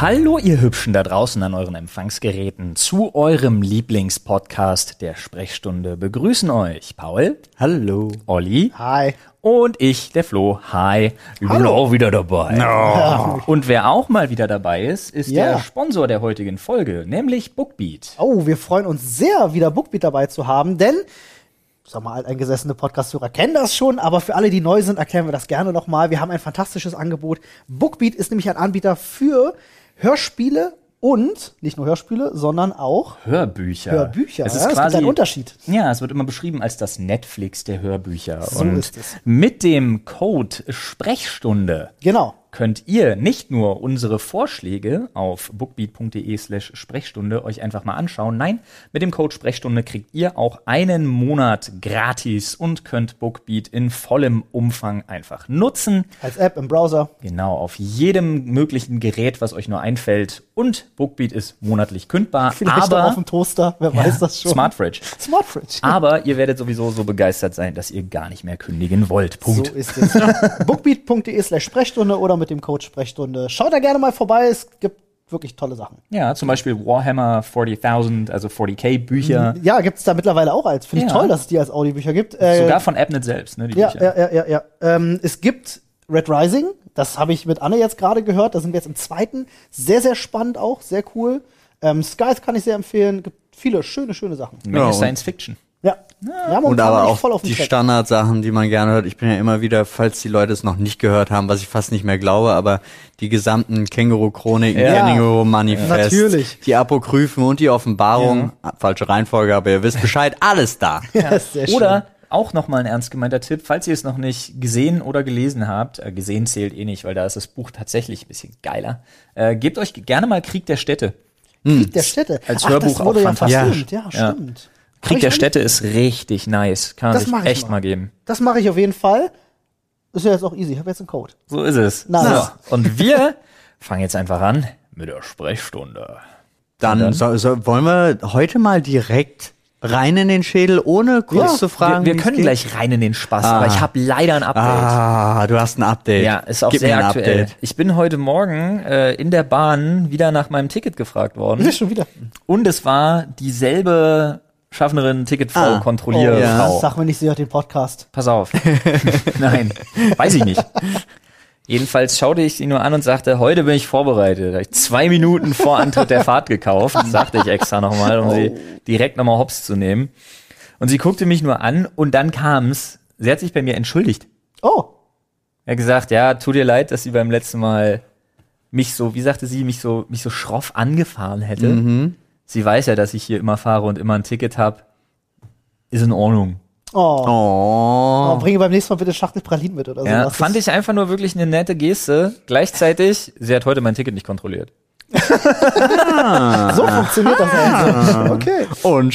Hallo, ihr Hübschen da draußen an euren Empfangsgeräten zu eurem Lieblingspodcast der Sprechstunde. Begrüßen euch Paul. Hallo. Olli. Hi. Und ich, der Flo. Hi. Ich bin auch wieder dabei. Und wer auch mal wieder dabei ist, ist Ja. der Sponsor der heutigen Folge, nämlich Bookbeat. Oh, wir freuen uns sehr, wieder Bookbeat dabei zu haben, denn, sag mal, alteingesessene Podcast-Hörer kennen das schon, aber für alle, die neu sind, erklären wir das gerne nochmal. Wir haben ein fantastisches Angebot. Bookbeat ist nämlich ein Anbieter für Hörspiele und, nicht nur Hörspiele, sondern auch Hörbücher. Hörbücher. Es ja, ist es gibt quasi einen Unterschied. Ja, es wird immer beschrieben als das Netflix der Hörbücher. So Und ist es. mit dem Code Sprechstunde Genau. könnt ihr nicht nur unsere Vorschläge auf bookbeat.de slash Sprechstunde euch einfach mal anschauen. Nein, mit dem Code Sprechstunde kriegt ihr auch einen Monat gratis und könnt Bookbeat in vollem Umfang einfach nutzen. Als App im Browser. Genau, auf jedem möglichen Gerät, was euch nur einfällt. Und Bookbeat ist monatlich kündbar, Vielleicht aber auch auf dem Toaster. Wer weiß das schon? Smartfridge. Smartfridge. Aber ihr werdet sowieso so begeistert sein, dass ihr gar nicht mehr kündigen wollt. So Punkt. ist es. Bookbeat.de slash Sprechstunde oder mit dem Code Sprechstunde. Schaut da gerne mal vorbei. Es gibt wirklich tolle Sachen. ja, zum Beispiel Warhammer 40.000, also 40k Bücher. Ja, gibt's da mittlerweile auch als. Finde ich Ja. toll, dass es die als Audiobücher gibt. Äh, Sogar von Abnet selbst, ne, die ja, Bücher. ja, ja, ja, ja. Ähm, es gibt Red Rising, das habe ich mit Anne jetzt gerade gehört. Da sind wir jetzt im zweiten. Sehr, sehr spannend auch, sehr cool. Ähm, Skies kann ich sehr empfehlen. Gibt viele schöne, schöne Sachen. Menge Ja, und- Science Fiction. Ja. ja Und aber bin ich auch die Track. Standardsachen, die man gerne hört. Ich bin ja immer wieder, falls die Leute es noch nicht gehört haben, was ich fast nicht mehr glaube, aber die gesamten Känguru-Chroniken, Ja. Känguru-Manifest, Natürlich. die Apokryphen und die Offenbarung, Ah, falsche Reihenfolge, aber ihr wisst Bescheid, alles da. Ja, ist sehr schön. Oder auch nochmal ein ernst gemeinter Tipp, falls ihr es noch nicht gesehen oder gelesen habt, äh, gesehen zählt eh nicht, weil da ist das Buch tatsächlich ein bisschen geiler, äh, gebt euch gerne mal Krieg der Städte. Krieg der Städte. Als Ach, das Hörbuch wurde auch ja fantastisch. verfilmt. Ja, Ja. stimmt. Hab Krieg ich der noch- Städte ist richtig nice. Kann man Das sich mach ich echt mal. mal geben. Das mache ich auf jeden Fall. Ist ja jetzt auch easy. Ich habe jetzt einen Code. So ist es. Nice. So. Und wir fangen jetzt einfach an mit der Sprechstunde. Dann, So, so, wollen wir heute mal direkt rein in den Schädel, ohne kurz Ja, zu fragen. wir wie's wir können geht? gleich rein in den Spaß, aber ich habe leider ein Update. Ah, du hast ein Update. Ja, ist auch Gib sehr mir ein aktuell. Update. Ich bin heute Morgen äh, in der Bahn wieder nach meinem Ticket gefragt worden. Ja, schon wieder. Und es war dieselbe Schaffnerin, Ticketfrau, Ah. Kontrollierfrau. Ja. Das Oh, Sag mir nicht, sie hört den Podcast. Pass auf. Nein, weiß ich nicht. Jedenfalls schaute ich sie nur an und sagte, heute bin ich vorbereitet. Habe ich zwei Minuten vor Antritt der Fahrt gekauft, sagte ich extra nochmal, um sie Oh. direkt nochmal hops zu nehmen. Und sie guckte mich nur an und dann kam's. Sie hat sich bei mir entschuldigt. Oh, Er hat gesagt, ja, tut dir leid, dass sie beim letzten Mal mich so, wie sagte sie, mich so, mich so schroff angefahren hätte. Mhm. Sie weiß ja, dass ich hier immer fahre und immer ein Ticket habe. Ist in Ordnung. Oh. Oh. oh. Bringe beim nächsten Mal bitte Schachtel Pralinen mit oder Genau. Ja, sowas. fand Also Das- ich einfach nur wirklich eine nette Geste. Gleichzeitig, sie hat heute mein Ticket nicht kontrolliert. So funktioniert das Ah. also. Okay. Und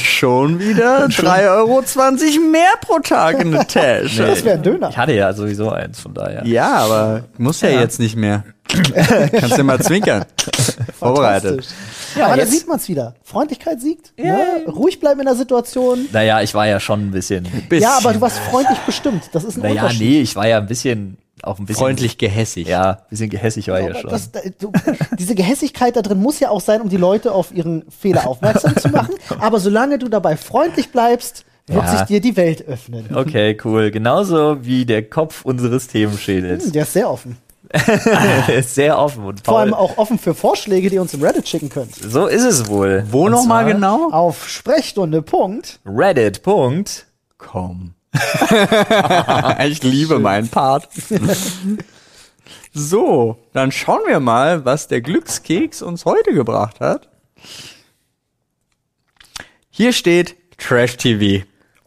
schon wieder 3,20 Euro mehr pro Tag in der Tasche. Das wäre ein Döner. Ich hatte ja sowieso eins, von daher. Ja, aber muss ja, jetzt nicht mehr. Kannst ja mal zwinkern. Vorbereitet. Fantastisch. Aber da Ah, jetzt- sieht man's wieder. Freundlichkeit siegt. Ja. Ne? Ruhig bleiben in der Situation. Naja, ich war ja schon ein bisschen. Bisschen Ja, aber du warst freundlich bestimmt. Das ist ein Naja, Unterschied. nee, ich war ja ein bisschen, auch ein bisschen. freundlich gehässig. Ja, ein bisschen gehässig war ich ja Aber schon. das, da- du, diese Gehässigkeit da drin muss ja auch sein, um die Leute auf ihren Fehler aufmerksam zu machen. Aber solange du dabei freundlich bleibst, wird Ja. sich dir die Welt öffnen. Okay, cool. Genauso wie der Kopf unseres Themenschädels. Hm, Der ist sehr offen. Der ist sehr offen und Vor faul. allem auch offen für Vorschläge, die ihr uns im Reddit schicken könnt. So ist es wohl. Wo Und nochmal zwar genau? Auf Sprechstunde. Punkt. Reddit. Punkt. Komm. ich liebe meinen Part. So, dann schauen wir mal, was der Glückskeks uns heute gebracht hat. Hier steht Trash TV.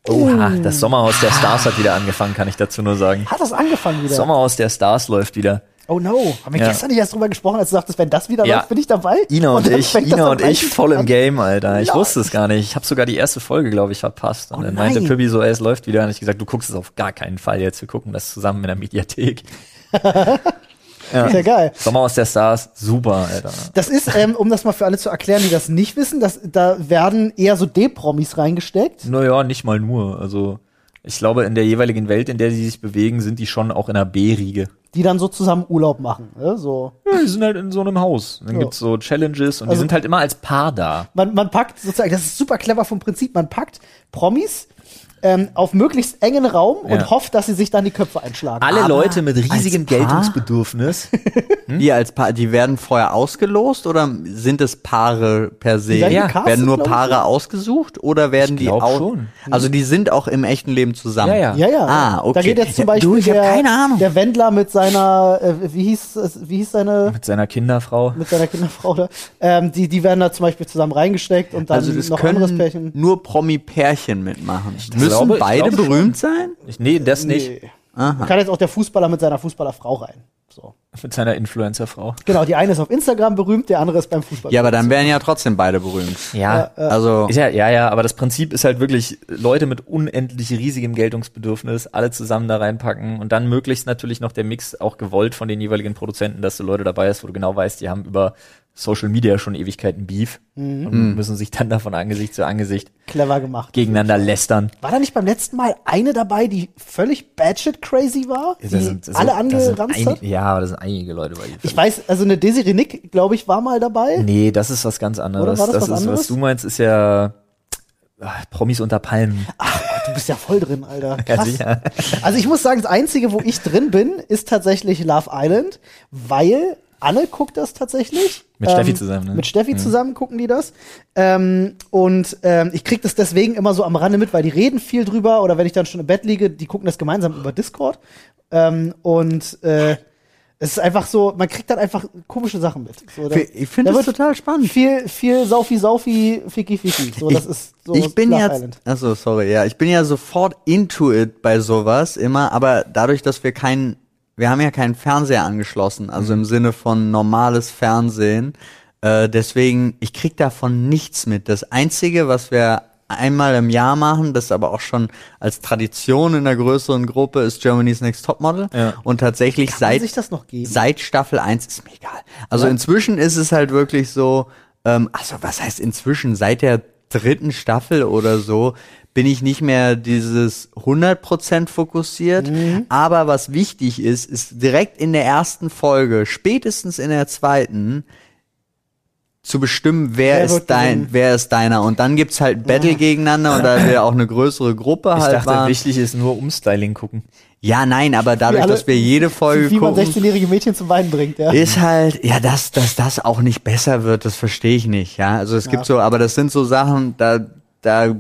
Oha, Oh. das Sommerhaus der Stars hat wieder angefangen, kann ich dazu nur sagen. Hat das angefangen wieder? Sommerhaus der Stars läuft wieder. Oh no, haben wir Ja. gestern nicht erst drüber gesprochen, als du sagtest, wenn das wieder Ja. läuft, bin ich dabei? Ina und, dann ich, fängt das Ina am und gleichen ich voll Tag im an. Game, Alter. Ich Nice. wusste es gar nicht. Ich habe sogar die erste Folge, glaube ich, verpasst. Und Oh dann meinte nein. Pippi so, ey, es läuft wieder. Und ich gesagt, du guckst es auf gar keinen Fall jetzt. Wir gucken das zusammen in der Mediathek. Ist ja geil. Sommerhaus der Stars, super, Alter. Das ist, ähm, um das mal für alle zu erklären, die das nicht wissen, dass, da werden eher so D-Promis reingesteckt. Naja, nicht mal nur. Also ich glaube, in der jeweiligen Welt, in der sie sich bewegen, sind die schon auch in der B-Riege. die dann so zusammen Urlaub machen. Ne? So. Ja, die sind halt in so einem Haus. Dann Ja. gibt's so Challenges und die sind halt immer als Paar da. Man, man packt sozusagen, das ist super clever vom Prinzip, man packt Promis ähm, auf möglichst engen Raum und Ja. Ah. hofft, dass sie sich dann die Köpfe einschlagen. Alle Aber Leute mit riesigem als Paar? Geltungsbedürfnis. Hm? Die als Paar, die werden vorher ausgelost oder sind es Paare per se? Die werden Ja. gecastet, werden nur glaub ich. ne? Paare ausgesucht oder werden Ich die glaub auch? schon. Also die sind auch im echten Leben zusammen. Ja, ja. Ja, ja. Ah, okay. Da geht jetzt zum Ja, Beispiel du, ich hab der, keine Ahnung. der Wendler mit seiner, äh, wie hieß es, wie hieß seine, mit seiner Kinderfrau. mit seiner Kinderfrau da, ähm, die, die werden da zum Beispiel zusammen reingesteckt und dann also das noch können anderes Pärchen. nur Promi-Pärchen mitmachen. Müssen glaube- ich beide glaube schon. berühmt sein? Ich, nee, das nicht. Nee. Da kann jetzt auch der Fußballer mit seiner Fußballerfrau rein. So. Mit seiner Influencerfrau. Genau, die eine ist auf Instagram berühmt, der andere ist beim Fußball. Ja, aber dann wären ja trotzdem beide berühmt. Ja. Äh, Also Ist ja, ja, ja, aber das Prinzip ist halt wirklich, Leute mit unendlich riesigem Geltungsbedürfnis alle zusammen da reinpacken und dann möglichst natürlich noch der Mix auch gewollt von den jeweiligen Produzenten, dass du Leute dabei hast, wo du genau weißt, die haben über Social Media schon Ewigkeiten Beef und müssen sich dann davon Angesicht zu Angesicht clever gemacht. gegeneinander lästern. War da nicht beim letzten Mal eine dabei, die völlig batshit crazy war? Die alle angeranzt hat? Ja, aber das sind einige Leute bei Ich weiß, also eine Desiree Nick, glaube ich, war mal Mhm. dabei. Nee, das ist was ganz anderes. Oder war das das was ist, anderes? was du meinst, ist ja ach, Promis unter Palmen. Du bist ja voll drin, Alter. Ja, Krass. sicher. Also ich muss sagen, das Einzige, wo ich drin bin, ist tatsächlich Love Island, weil Anne guckt das tatsächlich. Ähm, Mit Steffi zusammen, ne? Mit Steffi Mhm. zusammen gucken die das. Ähm, und ähm, ich krieg das deswegen immer so am Rande mit, weil die reden viel drüber oder wenn ich dann schon im Bett liege, die gucken das gemeinsam über Discord. Ähm, und äh, es ist einfach so, man kriegt dann einfach komische Sachen mit. So, da- ich finde da das wird total spannend. Viel, viel Saufi, Saufi, Fiki, Fiki. So, das ist so ich bin Love ja, Island. achso, sorry, ja, ich bin ja sofort into it bei sowas immer, aber dadurch, dass wir keinen, wir haben ja keinen Fernseher angeschlossen, also Mhm. im Sinne von normales Fernsehen, äh, deswegen, ich krieg davon nichts mit. Das Einzige, was wir einmal im Jahr machen, das aber auch schon als Tradition in der größeren Gruppe, ist Germany's Next Topmodel Ja. und tatsächlich Kann seit sich das noch geben? seit Staffel 1 ist mir egal. Also inzwischen ist es halt wirklich so, ähm, also was heißt inzwischen, seit der dritten Staffel oder so, bin ich nicht mehr dieses 100% fokussiert. Mhm. Aber was wichtig ist, ist direkt in der ersten Folge, spätestens in der zweiten, zu bestimmen, wer, Wer ist wird dein, gewinnen? wer ist deiner. Und dann gibt's halt ein Battle gegeneinander und da wir auch eine größere Gruppe Ich halt dachte, waren. wichtig ist nur Umstyling gucken. Ja, nein, aber dadurch, alle- dass wir jede Folge Wie man gucken, 16-jährige Mädchen zum Weinen bringt, ja. ist halt, ja, dass, dass das auch nicht besser wird, das verstehe ich nicht, ja. Also es gibt so, aber das sind so Sachen, da, da,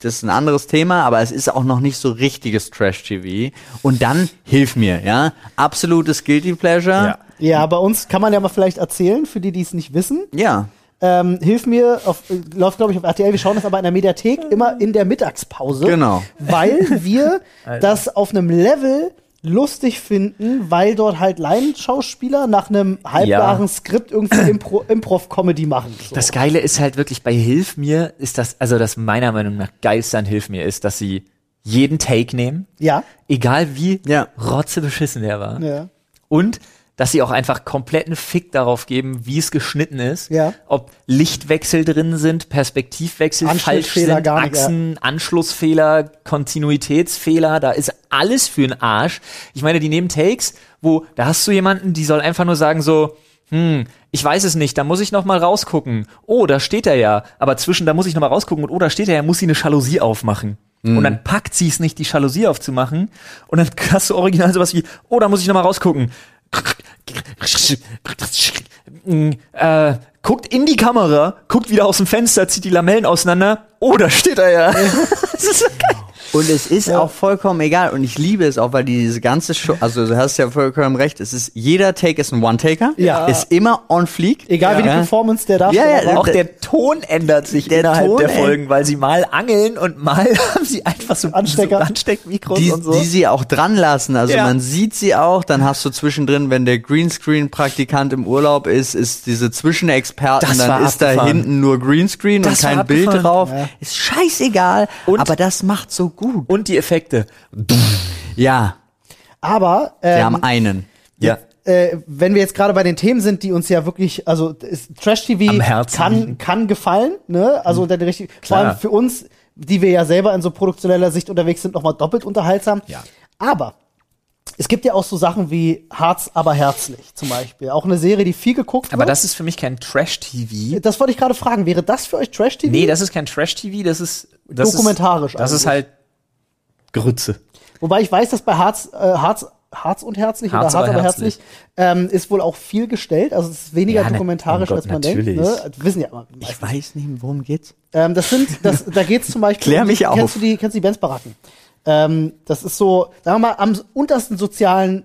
das ist ein anderes Thema, aber es ist auch noch nicht so richtiges Trash-TV. Und dann hilf mir, ja. Absolutes Guilty Ah. Pleasure. Ja, bei uns kann man ja mal vielleicht erzählen, für die, die es nicht wissen. Ja. ja. Ähm, hilf mir, auf, äh, läuft glaube ich auf RTL, wir schauen das aber in der Mediathek immer in der Mittagspause. Genau. Weil wir das auf einem Level lustig finden, weil dort halt Laienschauspieler nach einem halbgaren Ja. Skript irgendwie Impro Improv-Comedy machen. So. Das Geile ist halt wirklich bei Hilf mir ist das, also das meiner Meinung nach geilste an Hilf mir ist, dass sie jeden Take nehmen, ja. egal wie Ja. rotzebeschissen der war. ja. Und dass sie auch einfach kompletten Fick darauf geben, wie es geschnitten ist. Ja. Ob Lichtwechsel drin sind, Perspektivwechsel, falsch Anschlussfehler sind, gar nicht, ja. Achsen, Anschlussfehler, Kontinuitätsfehler, da ist alles für den Arsch. Ich meine, die nehmen Takes, wo da hast du jemanden, die soll einfach nur sagen so, hm, ich weiß es nicht, da muss ich noch mal rausgucken. Oh, da steht er ja. Aber zwischen, da muss ich noch mal rausgucken und oh, da steht er ja, muss sie eine Jalousie aufmachen. Und dann packt sie es nicht, die Jalousie aufzumachen. Und dann hast du original sowas wie, oh, da muss ich noch mal rausgucken. Äh, guckt in die Kamera, guckt wieder aus dem Fenster, zieht die Lamellen auseinander. Oh, da steht er ja. das ist so geil. Und es ist auch vollkommen egal. Und ich liebe es auch, weil die diese ganze Show, also du hast ja vollkommen recht, es ist, jeder Take ist ein One-Taker. Ja. Ist immer on fleek. Egal wie die Performance der Darsteller Ja, ja, war. Also Auch der Ton ändert sich Der innerhalb Ton der ändert- Folgen, weil sie mal angeln und mal haben sie einfach so Anstecker. so Ansteckmikros die, und so. die sie auch dran lassen. Also Ja. man sieht sie auch, dann hast du zwischendrin, wenn der Greenscreen-Praktikant im Urlaub ist, ist diese Zwischenexperten, Das dann war ist da abgefahren. hinten nur Greenscreen Das und war kein Bild abgefahren. drauf. Ist scheißegal, Und- aber das macht so gut. und die Effekte. Ja, Aber wir ähm, haben einen. Ja. äh, wenn wir jetzt gerade bei den Themen sind, die uns ja wirklich, also ist, Trash Am TV Herzen kann, liegen. kann gefallen, ne? Also dann richtig, vor Klar. allem für uns, die wir ja selber in so produktioneller Sicht unterwegs sind, nochmal doppelt unterhaltsam. Ja. Aber es gibt ja auch so Sachen wie Harz, aber herzlich zum Beispiel. Auch eine Serie, die viel geguckt Aber wird. das ist für mich kein Trash-TV. das wollte ich gerade fragen. Wäre das für euch Trash-TV? Nee, das ist kein Trash-TV, das ist. Das Dokumentarisch Ist, das ist eigentlich. halt Grütze. Wobei ich weiß, dass bei Harz, äh, Harz, Harz und Herzlich Harz oder Harz aber aber Herzlich, ähm, ist wohl auch viel gestellt. Also es ist weniger Ja, ne- dokumentarisch, oh Gott, als man natürlich. denkt. Ne? Das Wissen ja immer. die meisten. Ich weiß nicht, worum geht's. Ähm, das sind, das, da geht's zum Beispiel. Klär um- mich auf. Kennst du die, kennst du die Bandsbaracken? Ähm, das ist so, sagen wir mal, am untersten sozialen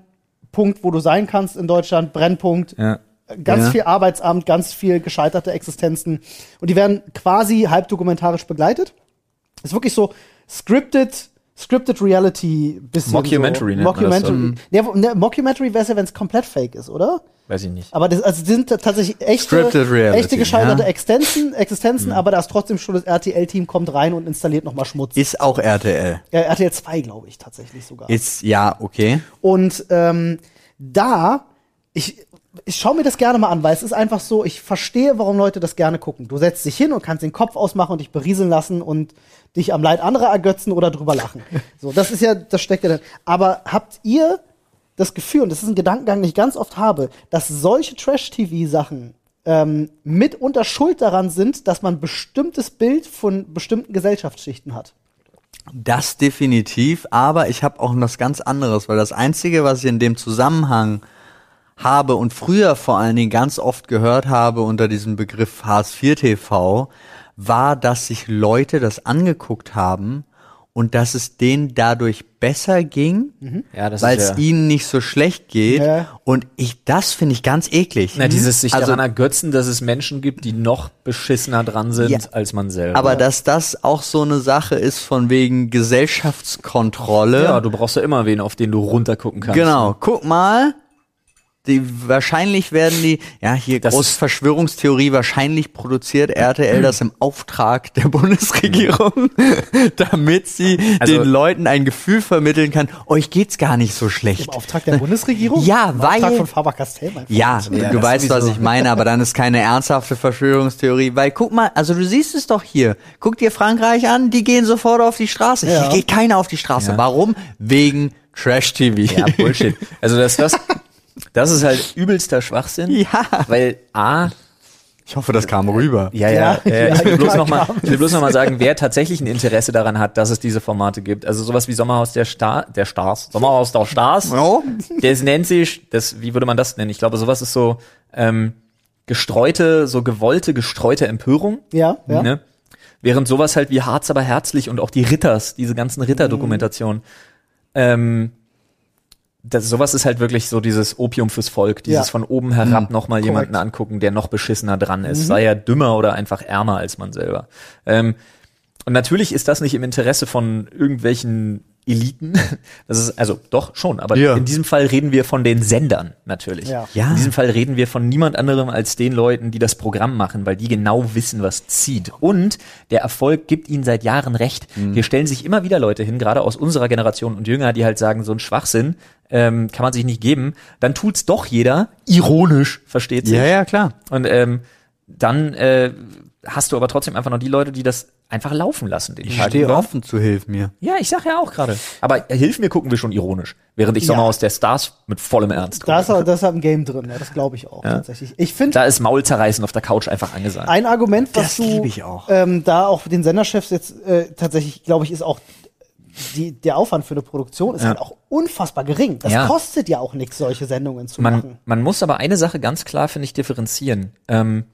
Punkt, wo du sein kannst in Deutschland, Brennpunkt, Ja. ganz Ja. viel Arbeitsamt, ganz viel gescheiterte Existenzen. Und die werden quasi halb dokumentarisch begleitet. Ist wirklich so scripted, scripted Reality bisschen. Mockumentary so. nennt man das Mockumentary. Nee, wo- ne, Mockumentary wäre es ja, wenn es komplett fake ist, oder? Weiß ich nicht. Aber das, also die sind tatsächlich echte, Scripted Reality, echte gescheiterte ja. Hm. Existenzen, Existenzen aber da ist trotzdem schon das RTL-Team kommt rein und installiert nochmal Schmutz. Ist auch RTL. Äh, RTL 2, glaube ich, tatsächlich sogar. Ist, ja, okay. Und ähm, da, ich, ich schaue mir das gerne mal an, weil es ist einfach so, ich verstehe, warum Leute das gerne gucken. Du setzt dich hin und kannst den Kopf ausmachen und dich berieseln lassen und dich am Leid anderer ergötzen oder drüber lachen. So, das ist ja, das steckt ja dann. Aber habt ihr das Gefühl, und das ist ein Gedankengang, den ich ganz oft habe, dass solche Trash-TV-Sachen ähm, mitunter schuld daran sind, dass man bestimmtes Bild von bestimmten Gesellschaftsschichten hat? Das definitiv, aber ich habe auch noch was ganz anderes, weil das Einzige, was ich in dem Zusammenhang habe und früher vor allen Dingen ganz oft gehört habe unter diesem Begriff Hartz-IV-TV, war, dass sich Leute das angeguckt haben und dass es denen dadurch besser ging, Mhm. Ja, das weil ist es ja- ihnen nicht so schlecht geht. Ja. Und ich, das finde ich ganz eklig. Na, dieses sich Also- daran ergötzen, dass es Menschen gibt, die noch beschissener dran sind Ja. als man selber. aber dass das auch so eine Sache ist von wegen Gesellschaftskontrolle. ja, du brauchst ja immer wen, auf den du runtergucken kannst. Genau, guck mal. Die, wahrscheinlich werden die, ja, hier Das große ist- Verschwörungstheorie, wahrscheinlich produziert RTL das im Auftrag der Bundesregierung, damit sie Also- den Leuten ein Gefühl vermitteln kann, euch geht's gar nicht so schlecht. Im Auftrag der Bundesregierung? Ja, Im weil- Auftrag von Faber-Castell, mein Freund. Ja, Ja, du das weißt, was sowieso. ich meine, aber dann ist keine ernsthafte Verschwörungstheorie, weil guck mal, also du siehst es doch hier. Guck dir Frankreich an, die gehen sofort auf die Straße. Ja. Hier geht keiner auf die Straße. Ja. Warum? Wegen Trash-TV. Ja, Bullshit. Also das, das, das ist halt übelster Schwachsinn. Ja. Weil A, Ich hoffe, das kam rüber. ja, ja, Ja, äh, ja, ich will bloß klar, nochmal klar. bloß noch mal sagen, wer tatsächlich ein Interesse daran hat, dass es diese Formate gibt. Also sowas wie Sommerhaus der Star, der Stars, Sommerhaus der Stars. Oh. Das nennt sich, das, wie würde man das nennen? Ich glaube, sowas ist so ähm, gestreute, so gewollte, gestreute Empörung. Ja, ja. Ne? Während sowas halt wie Harz aber herzlich und auch die Ritters, diese ganzen Ritter-Dokumentationen, ähm, das, sowas ist halt wirklich so dieses Opium fürs Volk, dieses Ja. Mhm. von oben herab nochmal jemanden korrekt. Mhm. angucken, der noch beschissener dran ist, sei er dümmer oder einfach ärmer als man selber. Ähm, und natürlich ist das nicht im Interesse von irgendwelchen Eliten. Das ist, also doch schon, aber Ja. in diesem Fall reden wir von den Sendern natürlich. Ja. Ja. In diesem Fall reden wir von niemand anderem als den Leuten, die das Programm machen, weil die genau wissen, was zieht. Und der Erfolg gibt ihnen seit Jahren recht. Mhm. Hier stellen sich immer wieder Leute hin, gerade aus unserer Generation und jünger, die halt sagen, so ein Schwachsinn ähm, kann man sich nicht geben. Dann tut's doch jeder, ironisch, versteht sich. Ja, ja, klar. Und ähm, dann äh, hast du aber trotzdem einfach noch die Leute, die das einfach laufen lassen. Den Ich Tag stehe über. offen zu Hilf mir. Ja, ich sag ja auch gerade. Aber Hilf mir gucken wir schon ironisch, während ich Ja. Sommerhaus der Stars mit vollem Ernst gucke. Da ist, da ist halt ein Game drin, ja, das glaube ich auch tatsächlich. Ich finde, Da ist Maulzerreißen auf der Couch einfach angesagt. ein Argument, was Das du lieb ich auch. Ähm, da auch den Senderchefs jetzt äh, tatsächlich, glaube ich, ist auch die, der Aufwand für eine Produktion ist halt auch unfassbar gering. Das Ja. kostet ja auch nichts, solche Sendungen zu Man, machen. man muss aber eine Sache ganz klar, finde ich, differenzieren. Ähm,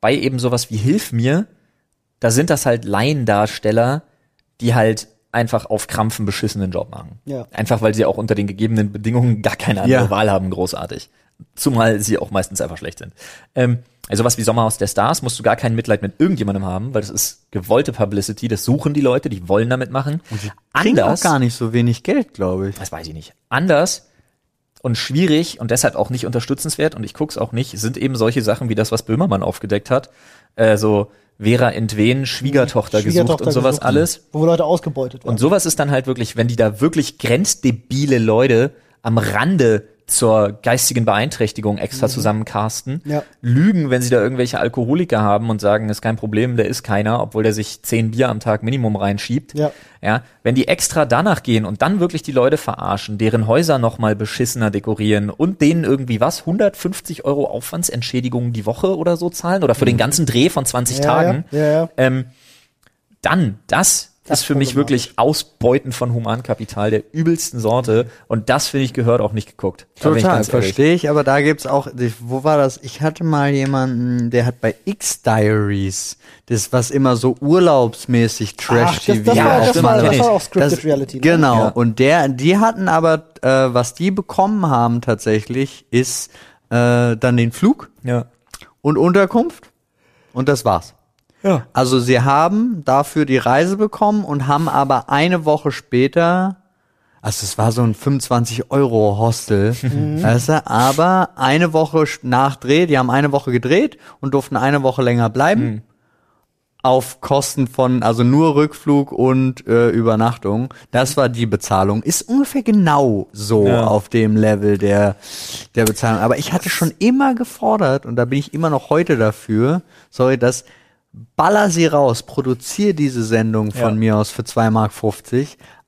bei eben sowas wie Hilf mir, da sind das halt Laiendarsteller, die halt einfach auf Krampf einen beschissenen Job machen. Ja. Einfach, weil sie auch unter den gegebenen Bedingungen gar keine andere Ja. Wahl haben, großartig. Zumal sie auch meistens einfach schlecht sind. Ähm, also was wie Sommerhaus der Stars musst du gar kein Mitleid mit irgendjemandem haben, weil das ist gewollte Publicity, das suchen die Leute, die wollen damit machen. Kriegen auch gar nicht so wenig Geld, glaube ich. das weiß ich nicht, anders und schwierig und deshalb auch nicht unterstützenswert und ich guck's auch nicht, sind eben solche Sachen wie das, was Böhmermann aufgedeckt hat. Äh, so Vera Entwen, Schwiegertochter, gesucht Schwiegertochter und sowas gesucht. genau. alles. Wo Leute ausgebeutet werden. Und sowas ist dann halt wirklich, wenn die da wirklich grenzdebile Leute am Rande zur geistigen Beeinträchtigung extra zusammencasten, Mhm. Ja. lügen, wenn sie da irgendwelche Alkoholiker haben und sagen, ist kein Problem, der ist keiner, obwohl der sich zehn Bier am Tag Minimum reinschiebt. Ja. Ja, wenn die extra danach gehen und dann wirklich die Leute verarschen, deren Häuser nochmal beschissener dekorieren und denen irgendwie was, 150 Euro Aufwandsentschädigungen die Woche oder so zahlen oder für den ganzen Dreh von 20 Mhm. Ja, Tagen, ja, ja, ja. Ähm, dann, das, Das ist für mich wirklich Ausbeuten von Humankapital der übelsten Sorte und das, finde ich, gehört auch nicht geguckt. Da bin ich Total, ganz ehrlich. verstehe ich, aber da gibt's auch, wo war das? Ich hatte mal jemanden, der hat bei X-Diaries, das was immer so urlaubsmäßig Ach, das- das Trash-TV war- das aufgemacht war- das hat. war auch Scripted Reality, ne? Genau, Ja. und der, die hatten aber, äh, was die bekommen haben tatsächlich, ist äh, dann den Flug Ja. und Unterkunft und das war's. Ja. Also sie haben dafür die Reise bekommen und haben aber eine Woche später, also es war so ein 25-Euro-Hostel, weißt du, aber eine Woche sch- nach Dreh, die haben eine Woche gedreht und durften eine Woche länger bleiben. Auf Kosten von, also nur Rückflug und äh, Übernachtung. Das war die Bezahlung. Ist ungefähr genau so Ja. auf dem Level der, der Bezahlung. Aber ich hatte schon immer gefordert, und da bin ich immer noch heute dafür, sorry, dass baller sie raus, produziere diese Sendung von Ja. mir aus für 2,50 Mark,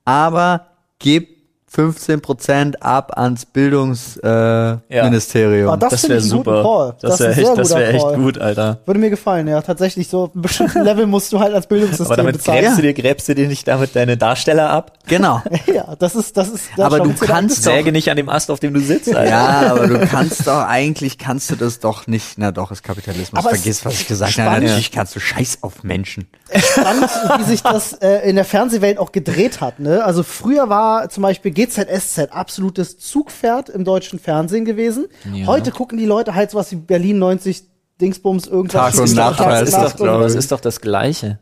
aber gib 15% ab ans Bildungsministerium. Äh, Ja. Ministerium. Ah, das Das finde wäre ich einen guten super. Call. Das ist ein wäre sehr echt, das guter wär echt Call. gut, Alter. Würde mir gefallen, ja. Tatsächlich, so auf einem bestimmten Level musst du halt als Bildungssystem Aber damit bezahlen. gräbst du Ja. dir, gräbst du dir nicht damit deine Darsteller ab? Genau. Ja, das ist, das ist, das Aber ist du schon wieder- kannst doch, Säge nicht an dem Ast, auf dem du sitzt, Alter. ja, aber du kannst doch, eigentlich kannst du das doch nicht, na doch, ist Kapitalismus, Aber es vergiss, was ich gesagt habe, spannend. natürlich kannst du Scheiß auf Menschen. spannend, wie sich das äh, in der Fernsehwelt auch gedreht hat. Ne? Also früher war zum Beispiel GZSZ absolutes Zugpferd im deutschen Fernsehen gewesen. Heute gucken die Leute halt sowas wie Berlin 90 Dingsbums irgendwas. Tag und Schießt- Nacht Tag und heißt das, ist das, Nacht doch, und- glaub das ist doch das Gleiche.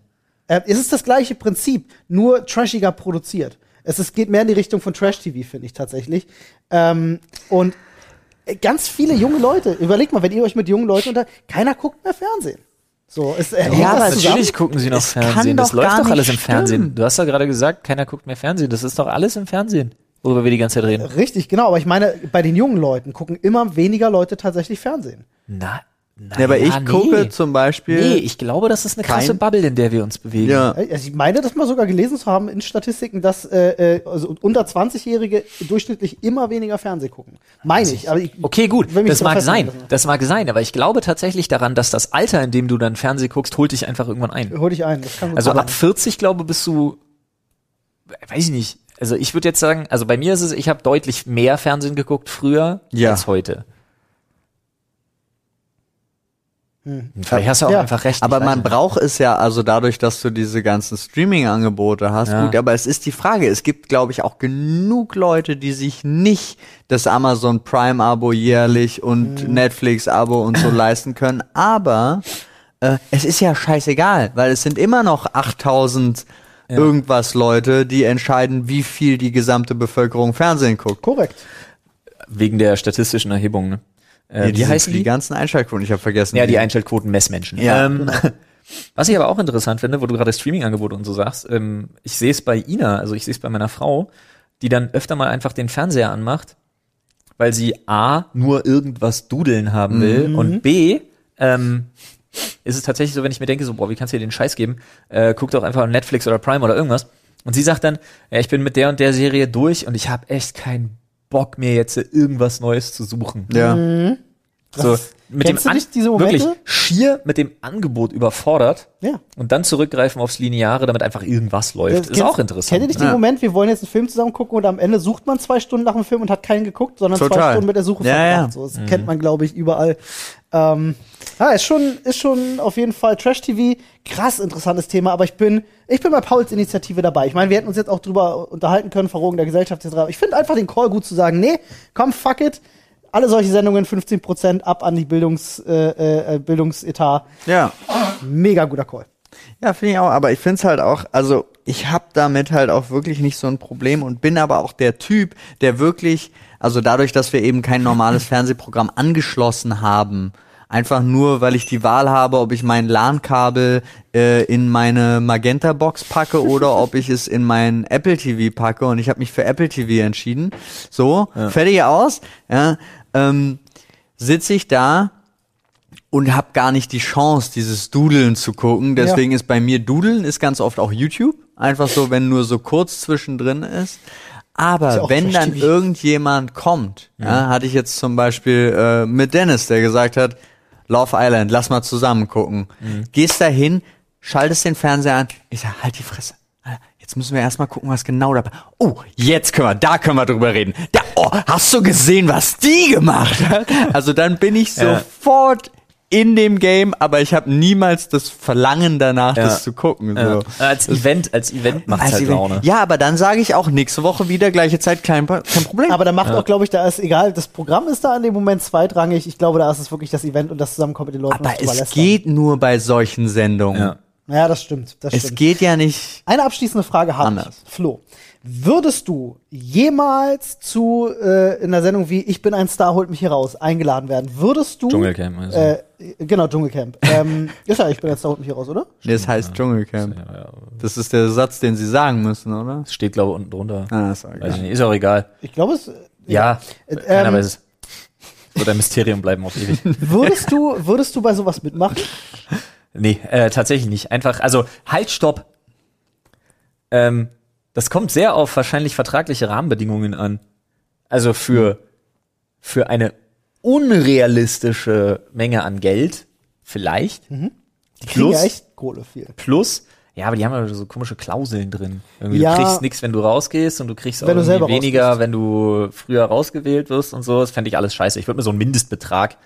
Äh, es ist das gleiche Prinzip, nur trashiger produziert. Es ist, geht mehr in die Richtung von Trash-TV, finde ich tatsächlich. Ähm, und ganz viele junge Leute, überlegt mal, wenn ihr euch mit jungen Leuten unter, keiner guckt mehr Fernsehen. So, es, äh, hängt Ja, das aber zusammen? natürlich gucken sie noch Es kann Fernsehen. Das doch läuft gar doch alles im nicht Fernsehen. stimmen. Du hast ja gerade gesagt, keiner guckt mehr Fernsehen. Das ist doch alles im Fernsehen, worüber wir die ganze Zeit reden. Richtig, genau. Aber ich meine, bei den jungen Leuten gucken immer weniger Leute tatsächlich Fernsehen. Na, na Ja, aber ich nee. gucke zum Beispiel, Nee, ich glaube, das ist eine krasse Kein- Bubble, in der wir uns bewegen. ja, Also ich meine, das mal sogar gelesen zu haben in Statistiken, dass äh, äh, also unter 20-Jährige durchschnittlich immer weniger Fernsehen gucken. Meine ich. Aber ich Also Okay, gut, will mich das nicht mag drauf sein. festlegen. Das mag sein, aber ich glaube tatsächlich daran, dass das Alter, in dem du dann Fernsehen guckst, holt dich einfach irgendwann ein. Hol dich ein. Das kann gut Also sein. ab 40, glaube bist du, weiß ich nicht. Also ich würde jetzt sagen, also bei mir ist es, ich habe deutlich mehr Fernsehen geguckt früher Ja. als heute. Vielleicht hast du auch Hm. Ja. einfach recht. Aber ich weiß man nicht. braucht es ja, also dadurch, dass du diese ganzen Streaming-Angebote hast, Ja. gut, aber es ist die Frage, es gibt, glaube ich, auch genug Leute, die sich nicht das Amazon Prime-Abo jährlich und Mhm. Netflix-Abo und so leisten können, aber äh, es ist ja scheißegal, weil es sind immer noch 8000 irgendwas Leute, die entscheiden, wie viel die gesamte Bevölkerung Fernsehen guckt. Korrekt. wegen der statistischen Erhebung. Ne? Äh, Nee, wie sind heißen die die? ganzen Einschaltquoten, ich habe vergessen. Ja, wie- die Einschaltquoten-Messmenschen. Ja. Genau. Ähm, was ich aber auch interessant finde, wo du gerade Streaming-Angebote und so sagst, ähm, ich sehe es bei Ina, also ich sehe es bei meiner Frau, die dann öfter mal einfach den Fernseher anmacht, weil sie A, nur irgendwas dudeln haben will Mhm. und B, ähm, ist es tatsächlich so, wenn ich mir denke, so, boah, wie kannst du dir den Scheiß geben? Äh, guck doch einfach Netflix oder Prime oder irgendwas. Und sie sagt dann, ja, ich bin mit der und der Serie durch und ich habe echt keinen Bock, mir jetzt irgendwas Neues zu suchen. ja. Mhm. So, Das- mit dem kennst du An- nicht diese Momente? Wirklich schier mit dem Angebot überfordert Ja. und dann zurückgreifen aufs Lineare, damit einfach irgendwas läuft. ist Kennst- auch interessant. Kennt ihr nicht den Ja. Moment, wir wollen jetzt einen Film zusammen gucken und am Ende sucht man zwei Stunden nach dem Film und hat keinen geguckt, sondern zwei Total. Stunden mit der Suche Ja, Mhm. verbracht. ja. So, das kennt man, glaube ich, überall. Ähm, ja, ist schon, ist schon auf jeden Fall Trash-TV. Krass interessantes Thema, aber ich bin, ich bin bei Pauls Initiative dabei. Ich meine, wir hätten uns jetzt auch drüber unterhalten können, Verrohung der Gesellschaft etc. Aber Ich finde einfach den Call gut zu sagen, nee, komm, fuck it. Alle solche Sendungen 15% ab an die Bildungs, äh, äh, Bildungsetat. ja. Mega guter Call. Ja, finde ich auch, aber ich finde es halt auch, also ich habe damit halt auch wirklich nicht so ein Problem und bin aber auch der Typ, der wirklich, also dadurch, dass wir eben kein normales Fernsehprogramm angeschlossen haben Einfach nur, weil ich die Wahl habe, ob ich mein LAN-Kabel äh, in meine Magenta-Box packe oder ob ich es in mein Apple TV packe. Und ich habe mich für Apple TV entschieden. So, fertig aus. Ja, ähm, sitze ich da und habe gar nicht die Chance, dieses Dudeln zu gucken. Deswegen ist bei mir Dudeln ist ganz oft auch YouTube. Einfach so, wenn nur so kurz zwischendrin ist. Aber ja auch wenn Trash dann TV. irgendjemand kommt, ja. hatte ich jetzt zum Beispiel äh, mit Dennis, der gesagt hat, Love Island, lass mal zusammen gucken. Mhm. Gehst dahin, schaltest den Fernseher an. Ich sag, halt die Fresse. Jetzt müssen wir erstmal gucken, was genau dabei. Oh, jetzt können wir, da können wir drüber reden. Da, oh, hast du gesehen, was die gemacht hat? Also dann bin ich Ja. sofort in dem Game, aber ich habe niemals das Verlangen danach, Ja. das zu gucken. So. Ja. Als Event, als Event macht's Also halt wenn- Laune. Ja, aber dann sage ich auch nächste Woche wieder gleiche Zeit kein, Pro- kein Problem. Aber da macht auch, glaube ich, da ist egal, das Programm ist da in dem Moment zweitrangig. Ich glaube, da ist es wirklich das Event und das Zusammenkommen mit den Leuten. und aber das drüber es lästern. geht nur bei solchen Sendungen. Ja. Ja, das stimmt. Das Es stimmt. geht ja nicht. Eine abschließende Frage habe Anders. ich. Flo, würdest du jemals zu äh, in einer Sendung wie Ich bin ein Star, holt mich hier raus eingeladen werden? Würdest du Dschungelcamp, also. Äh, genau Dschungelcamp. ähm, ist ja Ich bin ein Star, holt mich hier raus, oder? Nee, es heißt Dschungelcamp. Das ist der Satz, den sie sagen müssen, oder? Das steht, glaube ich, unten drunter. Ah, ist auch egal. Weiß ich nicht. Ist auch egal. Ich glaube es. Ja, Äh, keiner ähm, weiß es. Wird ein Mysterium bleiben auf ewig. Würdest du würdest du bei sowas mitmachen? Nee, äh, tatsächlich nicht. Einfach, also halt, stopp. Ähm, das kommt sehr auf wahrscheinlich vertragliche Rahmenbedingungen an. Also für, für eine unrealistische Menge an Geld, vielleicht. Die kriegen ja Plus- echt Kohle viel. Plus, ja, aber die haben ja so komische Klauseln drin. Irgendwie Ja. Du kriegst nichts, wenn du rausgehst und du kriegst auch Wenn du irgendwie selber weniger, wenn du früher rausgewählt wirst und so. Das fände ich alles scheiße. Ich würde mir so einen Mindestbetrag,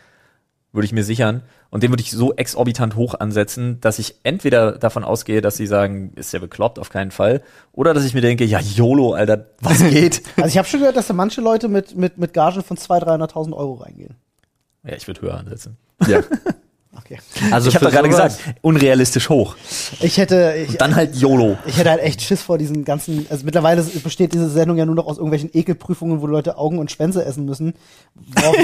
würde ich mir sichern. Und den würde ich so exorbitant hoch ansetzen, dass ich entweder davon ausgehe, dass sie sagen, ist ja bekloppt, auf keinen Fall. Oder dass ich mir denke, ja, YOLO, Alter, was geht? Also ich habe schon gehört, dass da manche Leute mit mit mit Gagen von 200.000, 300.000 Euro reingehen. ja, ich würde höher ansetzen. Ja. Okay. Also ich habe für doch gerade sowas- gesagt, unrealistisch hoch. Ich hätte ich, Dann halt YOLO. Ich hätte halt echt Schiss vor diesen ganzen, also mittlerweile besteht diese Sendung ja nur noch aus irgendwelchen Ekelprüfungen, wo Leute Augen und Schwänze essen müssen. Worauf,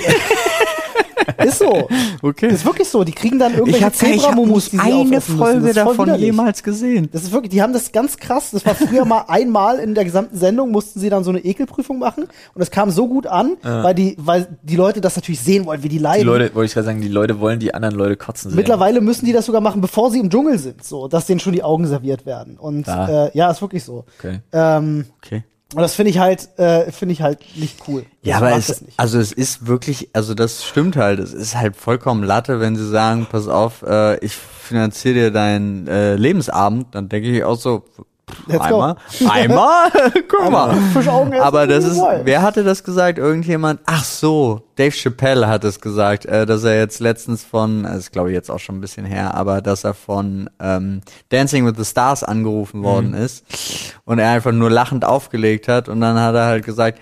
ist so. Okay. Ist wirklich so. Die kriegen dann Ich irgendwelche habe ich hab Zebra-Mumus, die nicht sie eine aufessen müssen. Folge Das ist voll davon widerlich. jemals gesehen. Das ist wirklich, die haben das ganz krass. Das war früher mal einmal in der gesamten Sendung, mussten sie dann so eine Ekelprüfung machen. Und das kam so gut an, weil, die, weil die Leute das natürlich sehen wollen, wie die leiden. Die Leute, wollte ich gerade sagen, die Leute wollen die anderen Leute kotzen sehen. Mittlerweile müssen die das sogar machen, bevor sie im Dschungel sind, so, dass denen schon die Augen serviert werden. Und Ah. äh, ja, ist wirklich so. Okay. Ähm, Okay. Und das finde ich halt, äh, finde ich halt nicht cool. Ich Ja, aber mag es, das nicht. also es ist wirklich, also das stimmt halt, es ist halt vollkommen Latte, wenn sie sagen, pass auf, äh, ich finanziere dir deinen äh, Lebensabend, dann denke ich auch so, pff, Let's go. einmal, einmal, guck mal. Fischaugen essen, Aber das wie du ist, wolltest. wer hatte das gesagt? Irgendjemand? Ach so, Dave Chappelle hat es gesagt, äh, dass er jetzt letztens von, das ist glaube ich jetzt auch schon ein bisschen her, aber dass er von ähm, Dancing with the Stars angerufen worden Mhm. ist und er einfach nur lachend aufgelegt hat und dann hat er halt gesagt,